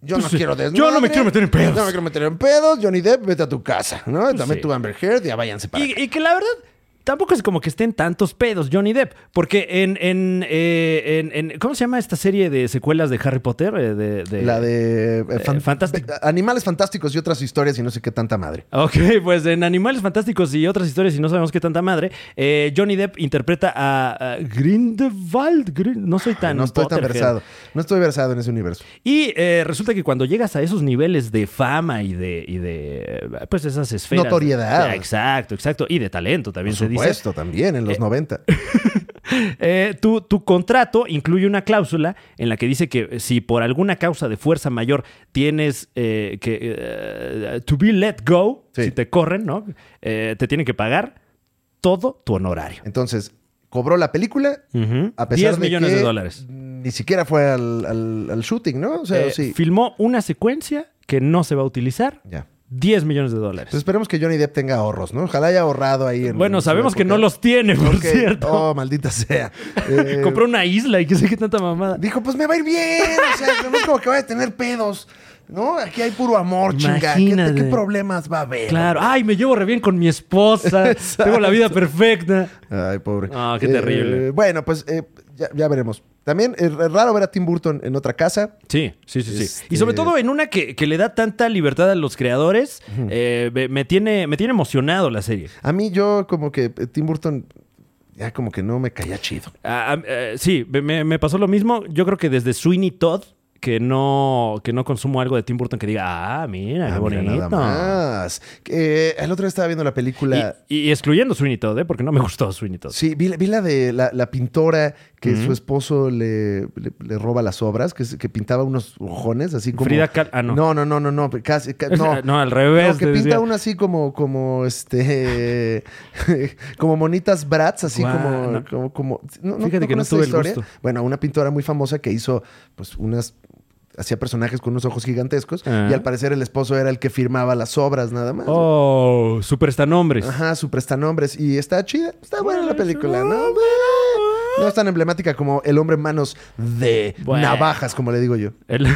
S1: Yo no
S2: Pues,
S1: quiero
S2: eh,
S1: desmadre.
S2: yo no me quiero meter en pedos. Pues
S1: Yo no me quiero meter en pedos. Johnny Depp, vete a tu casa, ¿no? También
S2: sí.
S1: tu Amber Heard, ya váyanse para acá.
S2: Y, y que la verdad, tampoco es como que estén tantos pedos Johnny Depp, porque en, en, eh, en- en- ¿cómo se llama esta serie de secuelas de Harry Potter? Eh, de- de-
S1: La de... eh, fan-
S2: Fantastic.
S1: Animales fantásticos y otras historias y no sé qué tanta madre.
S2: Ok, pues en Animales Fantásticos y otras historias y no sabemos qué tanta madre, eh, Johnny Depp interpreta a, a Grindelwald. Grin- no soy tan
S1: no estoy tan
S2: Potterhead.
S1: versado. No estoy versado en ese universo.
S2: Y eh, resulta que cuando llegas a esos niveles de fama y de, y de eh, pues esas esferas.
S1: Notoriedad.
S2: Ah, exacto, exacto. Y de talento también
S1: Por
S2: se dice.
S1: supuesto, también en los 90.
S2: Eh, tu, tu contrato incluye una cláusula en la que dice que si por alguna causa de fuerza mayor tienes eh, que eh, to be let go,
S1: Sí.
S2: si te corren, ¿no? Eh, te tienen que pagar todo tu honorario.
S1: Entonces, cobró la película
S2: Ujú.
S1: a pesar
S2: 10 millones
S1: que
S2: de dólares.
S1: Ni siquiera fue al, al- al shooting, ¿no? O sea,
S2: Eh,
S1: sí.
S2: Filmó una secuencia que no se va a utilizar.
S1: Ya.
S2: 10 millones de dólares.
S1: Pues esperemos que Johnny Depp tenga ahorros, ¿no? Ojalá haya ahorrado ahí. En
S2: bueno,
S1: su
S2: sabemos que
S1: época.
S2: no los tiene, por
S1: Porque-
S2: cierto.
S1: Oh, maldita sea. Eh,
S2: Compró una isla y qué sé qué tanta mamada.
S1: Dijo, pues me va a ir bien. O sea, no es como que vaya a tener pedos. ¿No? Aquí hay puro amor, chinga. ¿Qué,
S2: Imagínate.
S1: qué problemas va a haber?
S2: Claro. Ay, me llevo re bien con mi esposa. Tengo la vida perfecta.
S1: Ay, pobre.
S2: Ah, qué terrible.
S1: Eh, bueno, pues eh, ya, ya veremos. También es raro ver a Tim Burton en otra casa.
S2: Sí, sí, sí, sí.
S1: Este-
S2: Y sobre todo en una que, que le da tanta libertad a los creadores, eh, me, me tiene, me tiene emocionado la serie.
S1: A mí yo como que eh, Tim Burton ya como que no me caía chido.
S2: Ah, ah, eh, sí, me- me, me pasó lo mismo. Yo creo que desde Sweeney Todd, que no, que no consumo algo de Tim Burton que diga, ah, mira, qué
S1: Ah, mira,
S2: bonito.
S1: nada más. Eh, el otro día estaba viendo la película.
S2: Y, y excluyendo Sweeney Todd, ¿eh? porque no me gustó Sweeney Todd.
S1: Sí, vi, la- vi la de la, la pintora que su esposo le, le- le roba las obras, que, es- que pintaba unos ojones así como.
S2: Frida Kahlo. Ah, no.
S1: No, no, no, no, no. Casi, ca- no.
S2: No, al revés,
S1: No, que
S2: te
S1: pinta
S2: decía.
S1: uno así como, como este. como monitas brats, así
S2: Guau,
S1: como,
S2: no.
S1: como, como- No,
S2: Fíjate que no
S1: conoces
S2: tuve el
S1: esa historia?
S2: gusto.
S1: Bueno, una pintora muy famosa que hizo, pues, unas. Hacía personajes con unos ojos gigantescos
S2: Ah.
S1: y al parecer el esposo era el que firmaba las obras nada más.
S2: Oh, superstanombres.
S1: Ajá, su prestanombres. Y está chida. Está buena la película, ¿no? No es tan emblemática como El hombre en manos de
S2: Bueno.
S1: navajas, como le digo yo.
S2: El-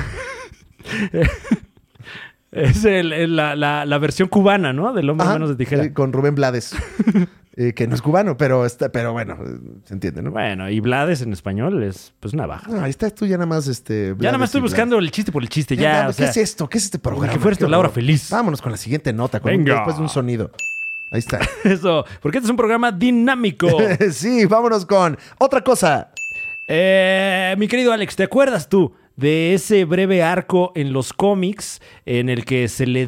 S2: es el- el- la, la- la versión cubana, ¿no? Del hombre
S1: Ajá,
S2: menos de tijera.
S1: sí, Con Rubén Blades. Eh, que no es cubano, pero está, pero bueno, eh, se entiende, ¿no?
S2: Bueno, y Blades en español es pues navaja.
S1: No, ahí estás tú ya nada más, este.
S2: ya nada más estoy buscando el chiste por el chiste, ya. o
S1: ¿Qué
S2: sea,
S1: es esto? ¿Qué es este programa?
S2: que fueras
S1: Qué
S2: tu Laura
S1: horror.
S2: feliz.
S1: Vámonos con la siguiente nota, con un-
S2: Venga.
S1: después de un sonido. Ahí está.
S2: Eso, porque este es un programa dinámico.
S1: sí, vámonos con otra cosa.
S2: Eh, mi querido Alex, ¿te acuerdas tú de ese breve arco en los cómics en el que se le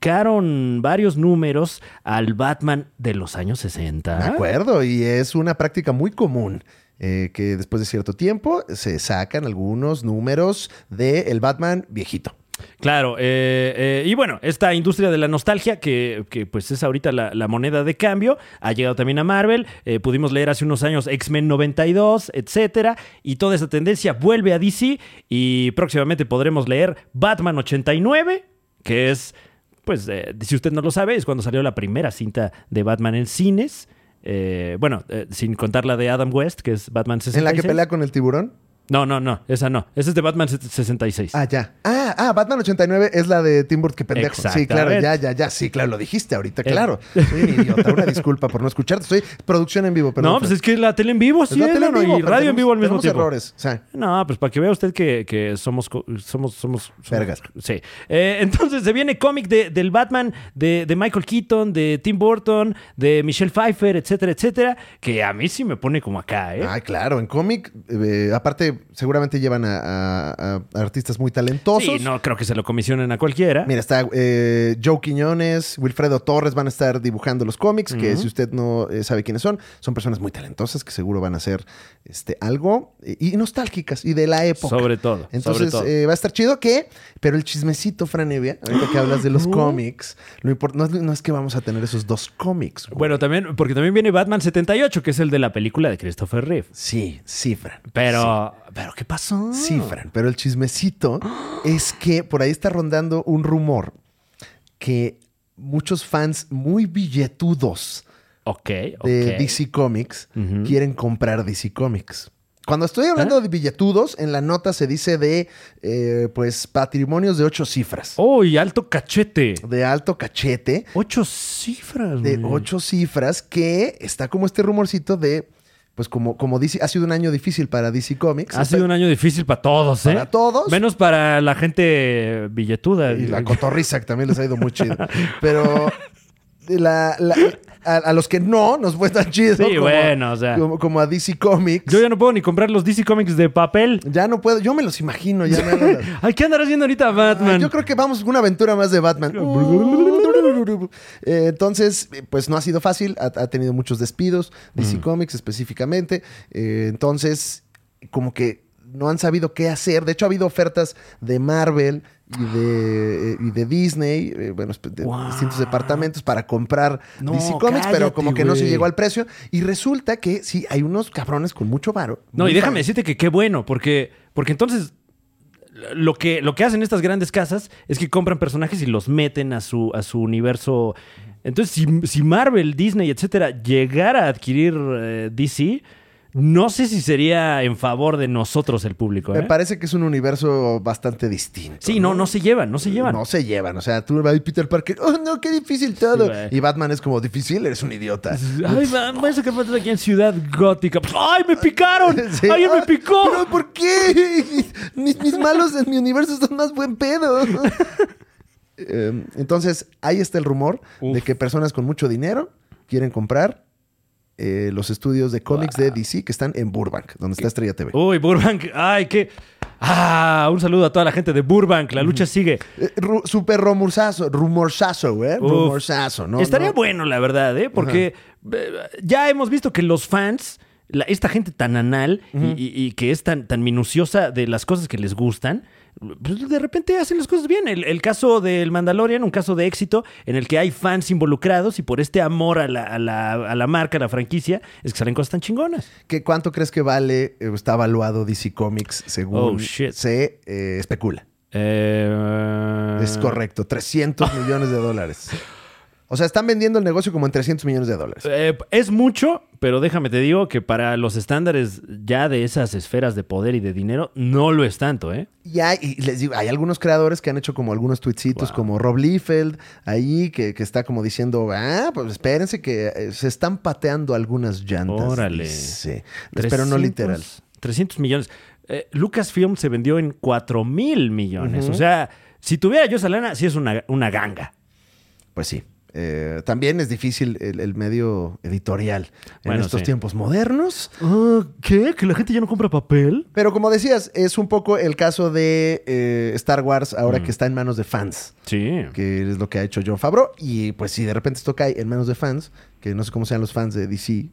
S2: dedicaron varios números al Batman de los años 60?
S1: De acuerdo, y es una práctica muy común. eh, que después de cierto tiempo se sacan algunos números de el Batman viejito.
S2: Claro, eh, eh, y bueno, esta industria de la nostalgia, que, que, pues es ahorita la, la moneda de cambio, ha llegado también a Marvel, eh, pudimos leer hace unos años X-Men 92, etcétera, y toda esa tendencia vuelve a DC y próximamente podremos leer Batman 89, que es, pues, eh, si usted no lo sabe, es cuando salió la primera cinta de Batman en cines, Eh, bueno, eh, sin contar la de Adam West, que es Batman 66.
S1: ¿En la que pelea con el tiburón?
S2: No, no, no, esa no, esa es de Batman 66.
S1: Ah, ya. Ah, ah, Batman 89 es la de Tim Burton, que pendejo. Sí,
S2: Exactamente. Eh.
S1: claro, ya, ya, ya. Sí, claro, lo dijiste ahorita, claro. Soy un idiota, una disculpa por no escucharte. Soy producción en vivo, perdón.
S2: no, pues es que la tele en vivo, sí,
S1: la tele
S2: Lalo,
S1: en vivo,
S2: y
S1: pero
S2: radio
S1: tenemos-
S2: en vivo al mismo
S1: tenemos
S2: tiempo.
S1: errores. O sea,
S2: No, pues para que vea usted que, que somos, co- somos, somos, somos-
S1: Vergas.
S2: Sí. Eh, entonces se viene cómic de- del Batman, de, de Michael Keaton, de Tim Burton, de Michelle Pfeiffer, etcétera, etcétera, que a mí sí me pone como acá, ¿eh?
S1: Ay, claro, en cómic, eh, aparte, seguramente llevan a, a- a artistas muy talentosos.
S2: sí, no creo que se lo comisionen a cualquiera.
S1: Mira, está eh, Joe Quiñones, Wilfredo Torres van a estar dibujando los cómics, que si usted no eh, sabe quiénes son, son personas muy talentosas que seguro van a hacer este, algo eh, y nostálgicas y de la época.
S2: Sobre todo, sobre
S1: Entonces
S2: todo.
S1: eh, va a estar chido que, pero el chismecito, Franevia, ahorita que hablas de los cómics, lo import- no, es- no es que vamos a tener esos dos cómics. güey.
S2: Bueno, también, porque también viene Batman 78, que es el de la película de Christopher Reeve.
S1: Sí, sí, Fran.
S2: Pero, ¿pero qué pasó?
S1: Sí, Fran, pero el chismecito es que por ahí está rondando un rumor que muchos fans muy billetudos
S2: Ok, ok.
S1: de DC Comics quieren comprar DC Comics. Cuando estoy hablando
S2: ¿Eh?
S1: de billetudos, en la nota se dice de eh, pues patrimonios de ocho cifras.
S2: ¡Uy, alto cachete!
S1: De alto cachete,
S2: Ocho cifras,
S1: de
S2: güey.
S1: ocho cifras, que está como este rumorcito de, pues como, como dice, ha sido un año difícil para DC Comics.
S2: Ha sido un año difícil para todos, ¿eh?
S1: Para todos.
S2: Menos para la gente billetuda.
S1: Y la cotorriza, que también les ha ido muy chido. Pero la- la- a, a los que no, nos fue tan chido.
S2: Sí, bueno, o sea.
S1: Como, como a DC Comics.
S2: Yo ya no puedo ni comprar los DC Comics de papel.
S1: Ya no puedo, yo me los imagino, ya me hago las-
S2: Ay, ¿qué andarás viendo ahorita,
S1: Ay,
S2: Batman?
S1: Yo creo que vamos con una aventura más de Batman. Eh, Entonces, eh, pues no ha sido fácil. Ha, ha tenido muchos despidos,
S2: Mm.
S1: DC Comics específicamente. Eh, Entonces, como que no han sabido qué hacer. De hecho, ha habido ofertas de Marvel y de, eh, y de Disney, eh, bueno, espe- de
S2: Wow.
S1: distintos departamentos para comprar
S2: No,
S1: DC Comics,
S2: cállate,
S1: pero como que no se
S2: güey.
S1: llegó al precio. Y resulta que sí, hay unos cabrones con mucho varo.
S2: No,
S1: muy
S2: y déjame
S1: fans.
S2: decirte que qué bueno, porque, porque entonces lo que, lo que hacen estas grandes casas es que compran personajes y los meten a su, a su universo. Entonces, si, si Marvel, Disney, etcétera, llegara a adquirir eh, DC, no sé si sería en favor de nosotros el público.
S1: Me
S2: ¿eh?
S1: parece que es un universo bastante distinto.
S2: Sí, no, no se llevan, no se llevan.
S1: No se llevan. O sea, tú vas Peter Parker, oh no, qué difícil todo.
S2: Sí, güey.
S1: y Batman es como difícil, eres un idiota.
S2: Ay, man, voy a sacar fotos aquí en Ciudad Gótica. Pues, ¡Ay, me picaron!
S1: Sí.
S2: ¡Alguien me
S1: Ah,
S2: picó!
S1: ¿Pero por qué? Mis, mis malos en mi universo son más buen pedo. Em, Entonces, ahí está el rumor de que personas con mucho dinero quieren comprar eh, los estudios de cómics de DC que están en Burbank, donde
S2: Eh,
S1: está Estrella TV.
S2: Uy, Burbank, ay, qué. Ah, un saludo a toda la gente de Burbank. La lucha sigue.
S1: Eh, ru- super rumorzazo, rumorzazo, ¿eh?
S2: Uf.
S1: Rumorzazo, ¿no?
S2: Estaría
S1: no.
S2: bueno, la verdad, ¿eh? Porque eh, ya hemos visto que los fans, la- esta gente tan anal y- y, y que es tan, tan minuciosa de las cosas que les gustan, pues de repente hacen las cosas bien. El, el caso del Mandalorian, un caso de éxito en el que hay fans involucrados y por este amor a la, a la, a la marca, a la franquicia, es que salen cosas tan chingonas.
S1: ¿Qué, ¿Cuánto crees que vale, eh, está valuado DC Comics según
S2: Oh, shit.
S1: se eh, especula?
S2: Eh,
S1: Es correcto, 300 millones de dólares. O sea, están vendiendo el negocio como en 300 millones de dólares.
S2: Eh, es mucho, pero déjame te digo que para los estándares ya de esas esferas de poder y de dinero, no lo es tanto, ¿eh?
S1: Y, hay, y les digo, hay algunos creadores que han hecho como algunos tuitcitos, como Rob Liefeld, ahí, que, que está como diciendo, ah, pues espérense que eh, se están pateando algunas llantas.
S2: Órale.
S1: Sí, pero no literal.
S2: 300 millones. Eh, Lucasfilm se vendió en 4 mil millones. O sea, si tuviera yo esa lana, sí es una, una ganga.
S1: Pues sí. Eh, también es difícil el, el medio editorial en
S2: Bueno,
S1: estos
S2: sí.
S1: tiempos modernos.
S2: Ah, ¿Qué? ¿Que la gente ya no compra papel?
S1: Pero como decías, es un poco el caso de eh, Star Wars ahora que está en manos de fans,
S2: Sí.
S1: que es lo que ha hecho John Favreau. Y pues si de repente esto cae en manos de fans, que no sé cómo sean los fans de DC,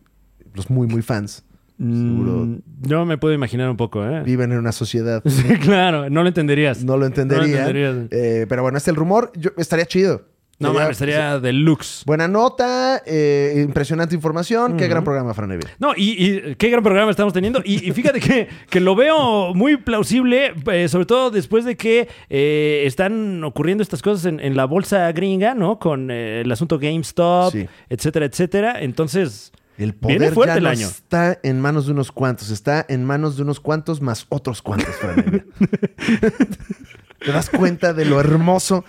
S1: los muy, muy fans, seguro
S2: Mm, yo me puedo imaginar un poco, ¿eh?
S1: viven en una sociedad.
S2: Sí, claro, no lo entenderías.
S1: No lo entendería.
S2: entenderías.
S1: Eh, pero bueno, este es el rumor. Yo, estaría chido.
S2: No, mames, sería deluxe.
S1: Buena nota, eh, impresionante información. Qué gran programa, Fran Evia.
S2: No, y, y qué gran programa estamos teniendo. Y, y fíjate que, que lo veo muy plausible, eh, sobre todo después de que eh, están ocurriendo estas cosas en, en la bolsa gringa, ¿no? Con eh, el asunto GameStop,
S1: Sí.
S2: etcétera, etcétera. Entonces,
S1: El
S2: Viene
S1: poder
S2: fuerte
S1: ya
S2: el
S1: no
S2: año.
S1: está en manos de unos cuantos, está en manos de unos cuantos más otros cuantos, Fran Evia. ¿Te das cuenta de lo hermoso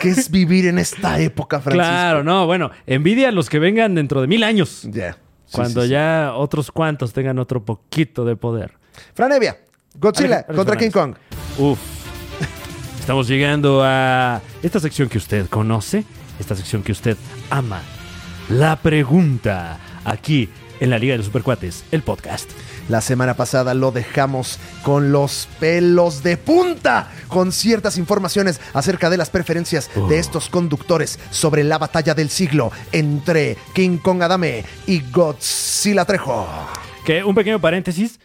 S1: que es vivir en esta época, Francisco?
S2: claro, no, bueno, envidia a los que vengan dentro de mil años.
S1: Ya. Sí,
S2: cuando
S1: sí, sí.
S2: ya otros cuantos tengan otro poquito de poder.
S1: Fran Evia, Godzilla
S2: Alex- Alex
S1: contra King Kong.
S2: Fernández. Uf. Estamos llegando a esta sección que usted conoce, esta sección que usted ama. La pregunta aquí en la Liga de los Supercuates, el podcast.
S1: La semana pasada lo dejamos con los pelos de punta, con ciertas informaciones acerca de las preferencias
S2: Oh.
S1: de estos conductores sobre la batalla del siglo entre King Kong Adame y Godzilla Trejo.
S2: Que un pequeño paréntesis,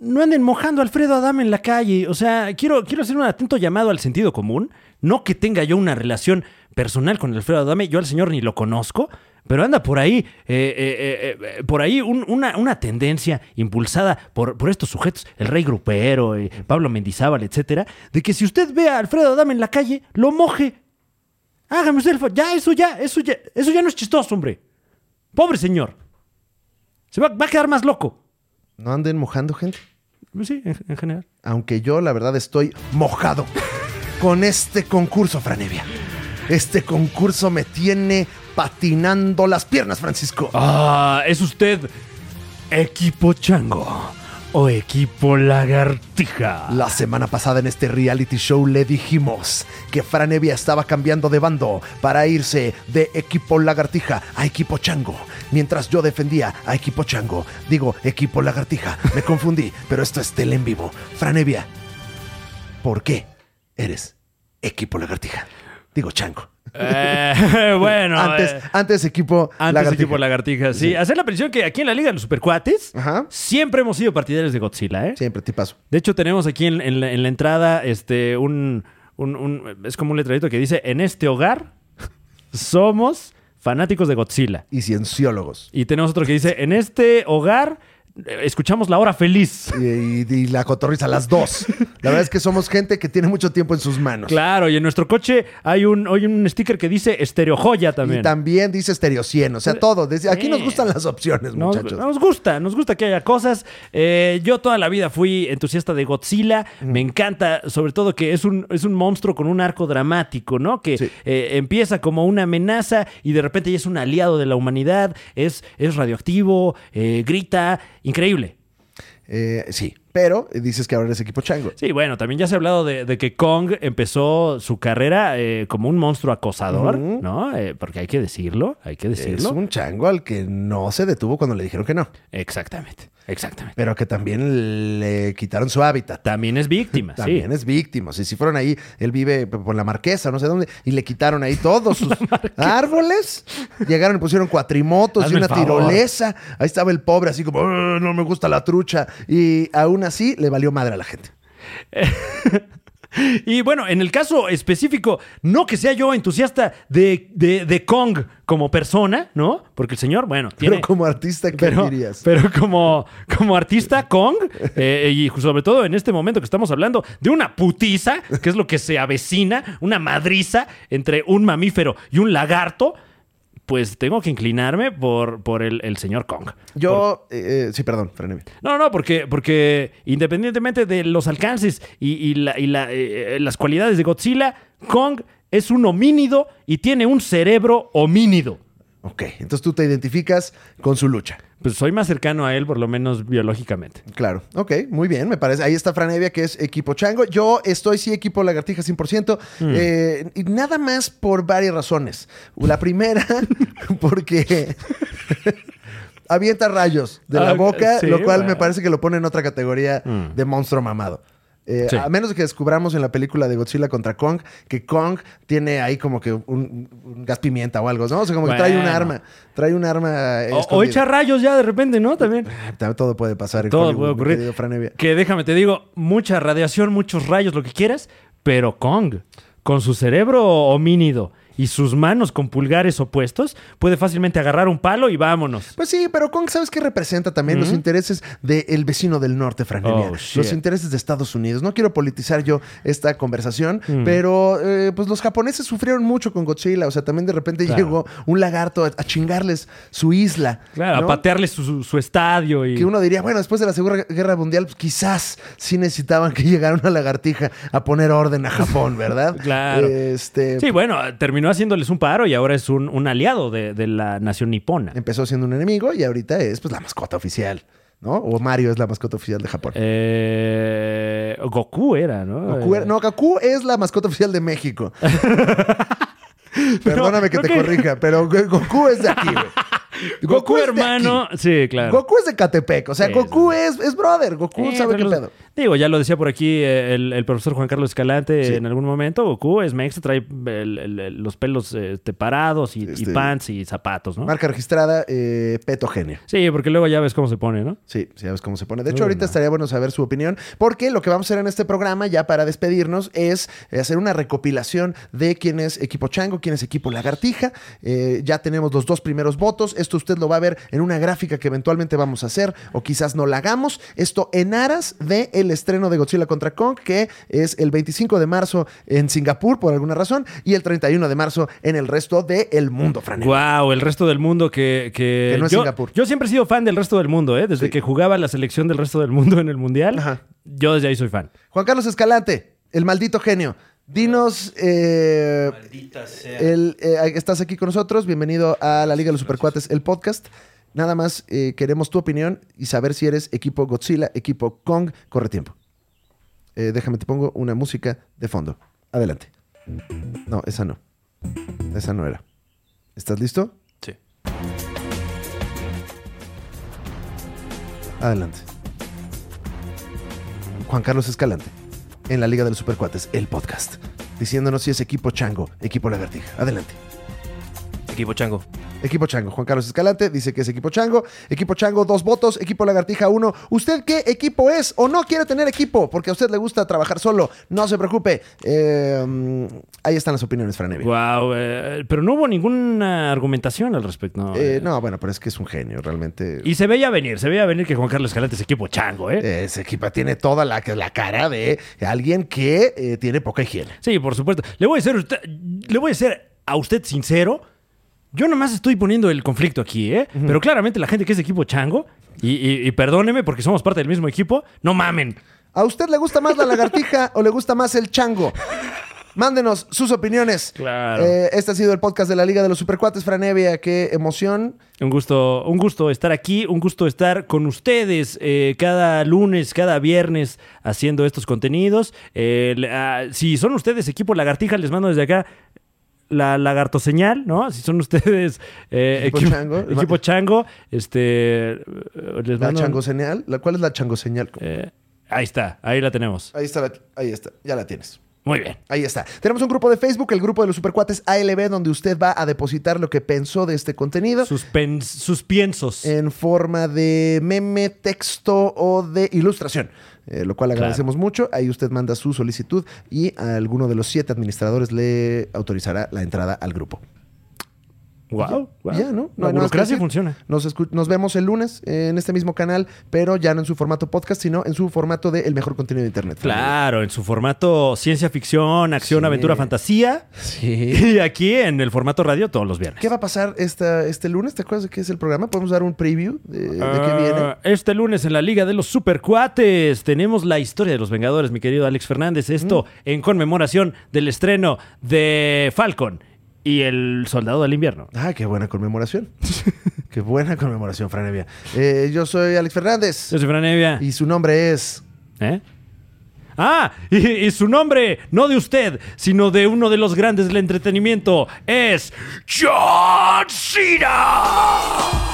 S2: no anden mojando a Alfredo Adame en la calle. O sea, quiero, quiero hacer un atento llamado al sentido común. No que tenga yo una relación personal con Alfredo Adame, yo al señor ni lo conozco. Pero anda por ahí, eh, eh, eh, eh, por ahí un- una, una tendencia impulsada por, por estos sujetos, el rey grupero, eh, Pablo Mendizábal, etcétera, de que si usted ve a Alfredo Adame en la calle, lo moje. Hágame usted el fa- Ya, eso ya, eso ya, eso ya no es chistoso, hombre. Pobre señor. Se va, va a quedar más loco.
S1: ¿No anden mojando, gente?
S2: Pues sí, en, en general.
S1: Aunque yo, la verdad, estoy mojado con este concurso, Franevia. Este concurso me tiene patinando las piernas, Francisco.
S2: Ah, es usted equipo chango o equipo lagartija.
S1: La semana pasada en este reality show le dijimos que Franevia estaba cambiando de bando para irse de equipo lagartija a equipo chango. Mientras yo defendía a equipo chango, digo equipo lagartija, me confundí, pero esto es tele en vivo. Franevia, ¿por qué eres equipo lagartija? Digo chango.
S2: Eh, bueno,
S1: antes,
S2: eh,
S1: antes equipo
S2: antes
S1: lagartija.
S2: equipo lagartija. Sí, hacer la presión que aquí en la Liga de los Supercuates
S1: Ajá.
S2: siempre hemos sido partidarios de Godzilla, ¿eh?
S1: Siempre te paso.
S2: De hecho, tenemos aquí en, en la, en la entrada este, un, un- un- Es como un letradito que dice: En este hogar somos fanáticos de Godzilla.
S1: Y cienciólogos.
S2: Y tenemos otro que dice: En este hogar eh, escuchamos la hora feliz.
S1: Y, y- y la cotorriza, las dos. La verdad es que somos gente que tiene mucho tiempo en sus manos.
S2: Claro, y en nuestro coche hay un, hay un sticker que dice Estereo Joya también.
S1: Y también dice Stereo 100, o sea, todo. Desde- aquí nos
S2: Eh.
S1: gustan las opciones,
S2: Nos,
S1: muchachos.
S2: nos gusta, nos gusta que haya cosas. Eh, yo toda la vida fui entusiasta de Godzilla. Me encanta, sobre todo que es un, es un monstruo con un arco dramático, ¿no? Que
S1: Sí.
S2: eh, empieza como una amenaza y de repente ya es un aliado de la humanidad, es, es radioactivo, eh, grita, increíble.
S1: Eh, sí, pero dices que ahora eres equipo chango.
S2: Sí, bueno, también ya se ha hablado de, de que Kong empezó su carrera eh, como un monstruo acosador,
S1: Ujú.
S2: ¿no? Eh, porque hay que decirlo, hay que
S1: Es
S2: decirlo.
S1: un chango al que no se detuvo cuando le dijeron que no,
S2: Exactamente, exactamente.
S1: pero que también le quitaron su hábitat.
S2: También es víctima, sí.
S1: También es víctima. Y si fueron ahí, él vive por la marquesa, no sé dónde, y le quitaron ahí todos sus árboles. Llegaron y pusieron cuatrimotos y
S2: Hazme
S1: una
S2: el favor.
S1: tirolesa. Ahí estaba el pobre, así como, "Ah, no me gusta la trucha. Y aún así le valió madre a la gente.
S2: Y bueno, en el caso específico, no que sea yo entusiasta de, de- de Kong como persona, ¿no? Porque el señor, bueno, tiene...
S1: Pero como artista, ¿qué
S2: pero,
S1: dirías?
S2: pero como, como artista Kong, eh, y sobre todo en este momento que estamos hablando de una putiza, que es lo que se avecina, una madriza entre un mamífero y un lagarto, pues tengo que inclinarme por, por el, el señor Kong.
S1: Yo, eh, eh, sí, perdón, freneme.
S2: No, no, porque, porque independientemente de los alcances y, y la- y la, eh, eh, las cualidades de Godzilla, Kong es un homínido y tiene un cerebro homínido.
S1: Ok, entonces tú te identificas con su lucha.
S2: Pues soy más cercano a él, por lo menos biológicamente.
S1: Claro, ok, muy bien, me parece. Ahí está Fran Evia, que es equipo chango. Yo estoy sí equipo lagartija 100%,
S2: Mm.
S1: eh, y nada más por varias razones. La primera, porque avienta rayos de la
S2: Ah,
S1: boca,
S2: sí,
S1: lo cual
S2: bueno. Mm.
S1: me parece que lo pone en otra categoría de monstruo mamado. Eh,
S2: Sí.
S1: A menos que descubramos en la película de Godzilla contra Kong que Kong tiene ahí como que un, un gas pimienta o algo, ¿no? O sea, como que trae un
S2: Bueno.
S1: arma, trae un arma. eh,
S2: O, o
S1: escondida.
S2: echa rayos ya de repente, ¿no? También.
S1: Ah, Todo puede pasar. en
S2: Todo
S1: Hollywood,
S2: puede
S1: mi
S2: ocurrir.
S1: querido Fran Evia.
S2: Que déjame, te digo, mucha radiación, muchos rayos, lo que quieras, pero Kong, con su cerebro homínido y sus manos con pulgares opuestos, puede fácilmente agarrar un palo y vámonos.
S1: Pues sí, pero Kong, ¿sabes qué representa también los intereses del vecino del norte, Franelia?
S2: Oh, shit.
S1: los intereses de Estados Unidos. No quiero politizar yo esta conversación,
S2: Mm.
S1: pero eh, pues los japoneses sufrieron mucho con Godzilla. O sea, también de repente
S2: Claro.
S1: llegó un lagarto a, a chingarles su isla.
S2: Claro,
S1: ¿no?
S2: a patearle su- su, su estadio y...
S1: Que uno diría, bueno, después de la Segunda Guerra Mundial, pues, quizás sí necesitaban que llegara una lagartija a poner orden a Japón, ¿verdad?
S2: Claro.
S1: Este,
S2: Sí, bueno, terminó haciéndoles un paro y ahora es un, un aliado de, de la nación nipona.
S1: Empezó siendo un enemigo y ahorita es pues la mascota oficial, ¿no? O Mario es la mascota oficial de Japón.
S2: Eh, Goku era, ¿no?
S1: Goku era-
S2: Eh,
S1: no, Goku es la mascota oficial de México. Perdóname que
S2: creo
S1: te
S2: que-
S1: corrija, pero Go- Goku es de aquí, güey.
S2: Goku,
S1: es de
S2: hermano.
S1: aquí.
S2: Sí, claro.
S1: Goku es de Catepec. O sea,
S2: Sí,
S1: Goku es, es brother. Goku
S2: Eh,
S1: sabe qué
S2: pero los-
S1: pedo.
S2: Digo, ya lo decía por aquí eh, el, el profesor Juan Carlos Escalante
S1: Sí.
S2: en algún momento. Goku es mex, trae el- el- el- los pelos eh, este, parados y, y
S1: Este-
S2: pants y zapatos, ¿no?
S1: Marca registrada, eh, Peto Genio.
S2: Sí, porque luego ya ves cómo se pone, ¿no?
S1: Sí, sí, sabes cómo se pone. De hecho,
S2: Uy,
S1: ahorita
S2: no.
S1: estaría bueno saber su opinión, porque lo que vamos a hacer en este programa, ya para despedirnos, es eh, hacer una recopilación de quién es equipo chango, quién es equipo lagartija. Eh, ya tenemos los dos primeros votos. Esto usted lo va a ver en una gráfica que eventualmente vamos a hacer, o quizás no la hagamos. Esto en aras de el estreno de Godzilla contra Kong, que es el 25 de marzo en Singapur, por alguna razón, y el 31 de marzo en el resto del mundo, Fran.
S2: Wow, el resto del mundo que. Que,
S1: Que no es
S2: yo,
S1: Singapur.
S2: Yo siempre he sido fan del resto del mundo, ¿eh? Desde
S1: Sí.
S2: que jugaba la selección del resto del mundo en el mundial,
S1: Ajá.
S2: yo desde ahí soy fan.
S1: Juan Carlos Escalante, el maldito genio. Dinos, eh, el, eh, estás aquí con nosotros, bienvenido a la Liga de los Supercuates, el podcast. Nada más eh, queremos tu opinión y saber si eres equipo Godzilla, equipo Kong. Corre tiempo. Eh, déjame, te pongo una música de fondo. Adelante. No, esa no. Esa no era. ¿Estás listo?
S2: Sí.
S1: Adelante. Juan Carlos Escalante, en la Liga de los Supercuates, el podcast. Diciéndonos si es equipo chango, equipo lagartija. Adelante.
S6: Equipo Chango.
S1: Equipo Chango. Juan Carlos Escalante dice que es equipo Chango. Equipo Chango, dos votos. Equipo Lagartija, uno. ¿Usted qué equipo es o no quiere tener equipo? Porque a usted le gusta trabajar solo. No se preocupe. Eh, mm, ahí están las opiniones, Franevi.
S2: Wow, eh, pero no hubo ninguna argumentación al respecto. No,
S1: Eh, no, bueno, pero es que es un genio, realmente.
S2: Y se veía venir, se veía venir que Juan Carlos Escalante es equipo chango, ¿eh?
S1: Ese equipo tiene toda la, la cara de alguien que eh, tiene poca higiene.
S2: Sí, por supuesto. Le voy a ser, usted- le voy a ser a usted sincero. Yo nomás estoy poniendo el conflicto aquí, ¿eh? Pero claramente la gente que es de equipo chango, y, y- y perdóneme porque somos parte del mismo equipo, no mamen.
S1: ¿A usted le gusta más la lagartija o le gusta más el chango? Mándenos sus opiniones.
S2: Claro.
S1: Eh, este ha sido el podcast de la Liga de los Supercuates, Franevia. Qué emoción.
S2: Un gusto, un gusto estar aquí, un gusto estar con ustedes eh, cada lunes, cada viernes haciendo estos contenidos. Eh, le- ah, si son ustedes equipo lagartija, les mando desde acá la lagarto señal, ¿no? Si son ustedes eh,
S1: Equipo
S2: equipo,
S1: chango.
S2: equipo chango, este, eh, les
S1: La
S2: mando
S1: chango señal. La- ¿Cuál es la chango señal?
S2: eh, ahí está, ahí la tenemos.
S1: Ahí está, la- ahí está. Ya la tienes.
S2: Muy bien.
S1: Ahí está. Tenemos un grupo de Facebook, el grupo de los supercuates ALB, donde usted va a depositar lo que pensó de este contenido.
S2: Sus, pen- sus piensos.
S1: en forma de meme, texto o de ilustración. eh, lo cual agradecemos mucho. Ahí usted manda su solicitud y a alguno de los siete administradores le autorizará la entrada al grupo.
S2: wow, wow.
S1: Ya, ¿no? No hay
S2: La
S1: nada más que
S2: burocracia
S1: decir.
S2: funciona.
S1: Nos, escu- nos vemos el lunes eh, en este mismo canal, pero ya no en su formato podcast, sino en su formato de el mejor contenido de internet.
S2: Claro, en su formato ciencia ficción, acción,
S1: Sí.
S2: aventura, fantasía.
S1: Sí.
S2: Y aquí en el formato radio todos los viernes.
S1: ¿Qué va a pasar esta, este lunes? ¿Te acuerdas de qué es el programa? ¿Podemos dar un preview de, de qué
S2: Ah,
S1: viene?
S2: Este lunes en la Liga de los Supercuates tenemos la historia de los Vengadores, mi querido Alex Fernández. Esto
S1: Mm.
S2: en conmemoración del estreno de Falcon y el Soldado del Invierno.
S1: Ah, qué buena conmemoración. qué buena conmemoración, Franevia. Eh, yo soy Alex Fernández
S2: Yo soy Fran Evia.
S1: y su nombre es...
S2: ¿Eh? Ah, y, y su nombre, no de usted, sino de uno de los grandes del entretenimiento, es John Cena.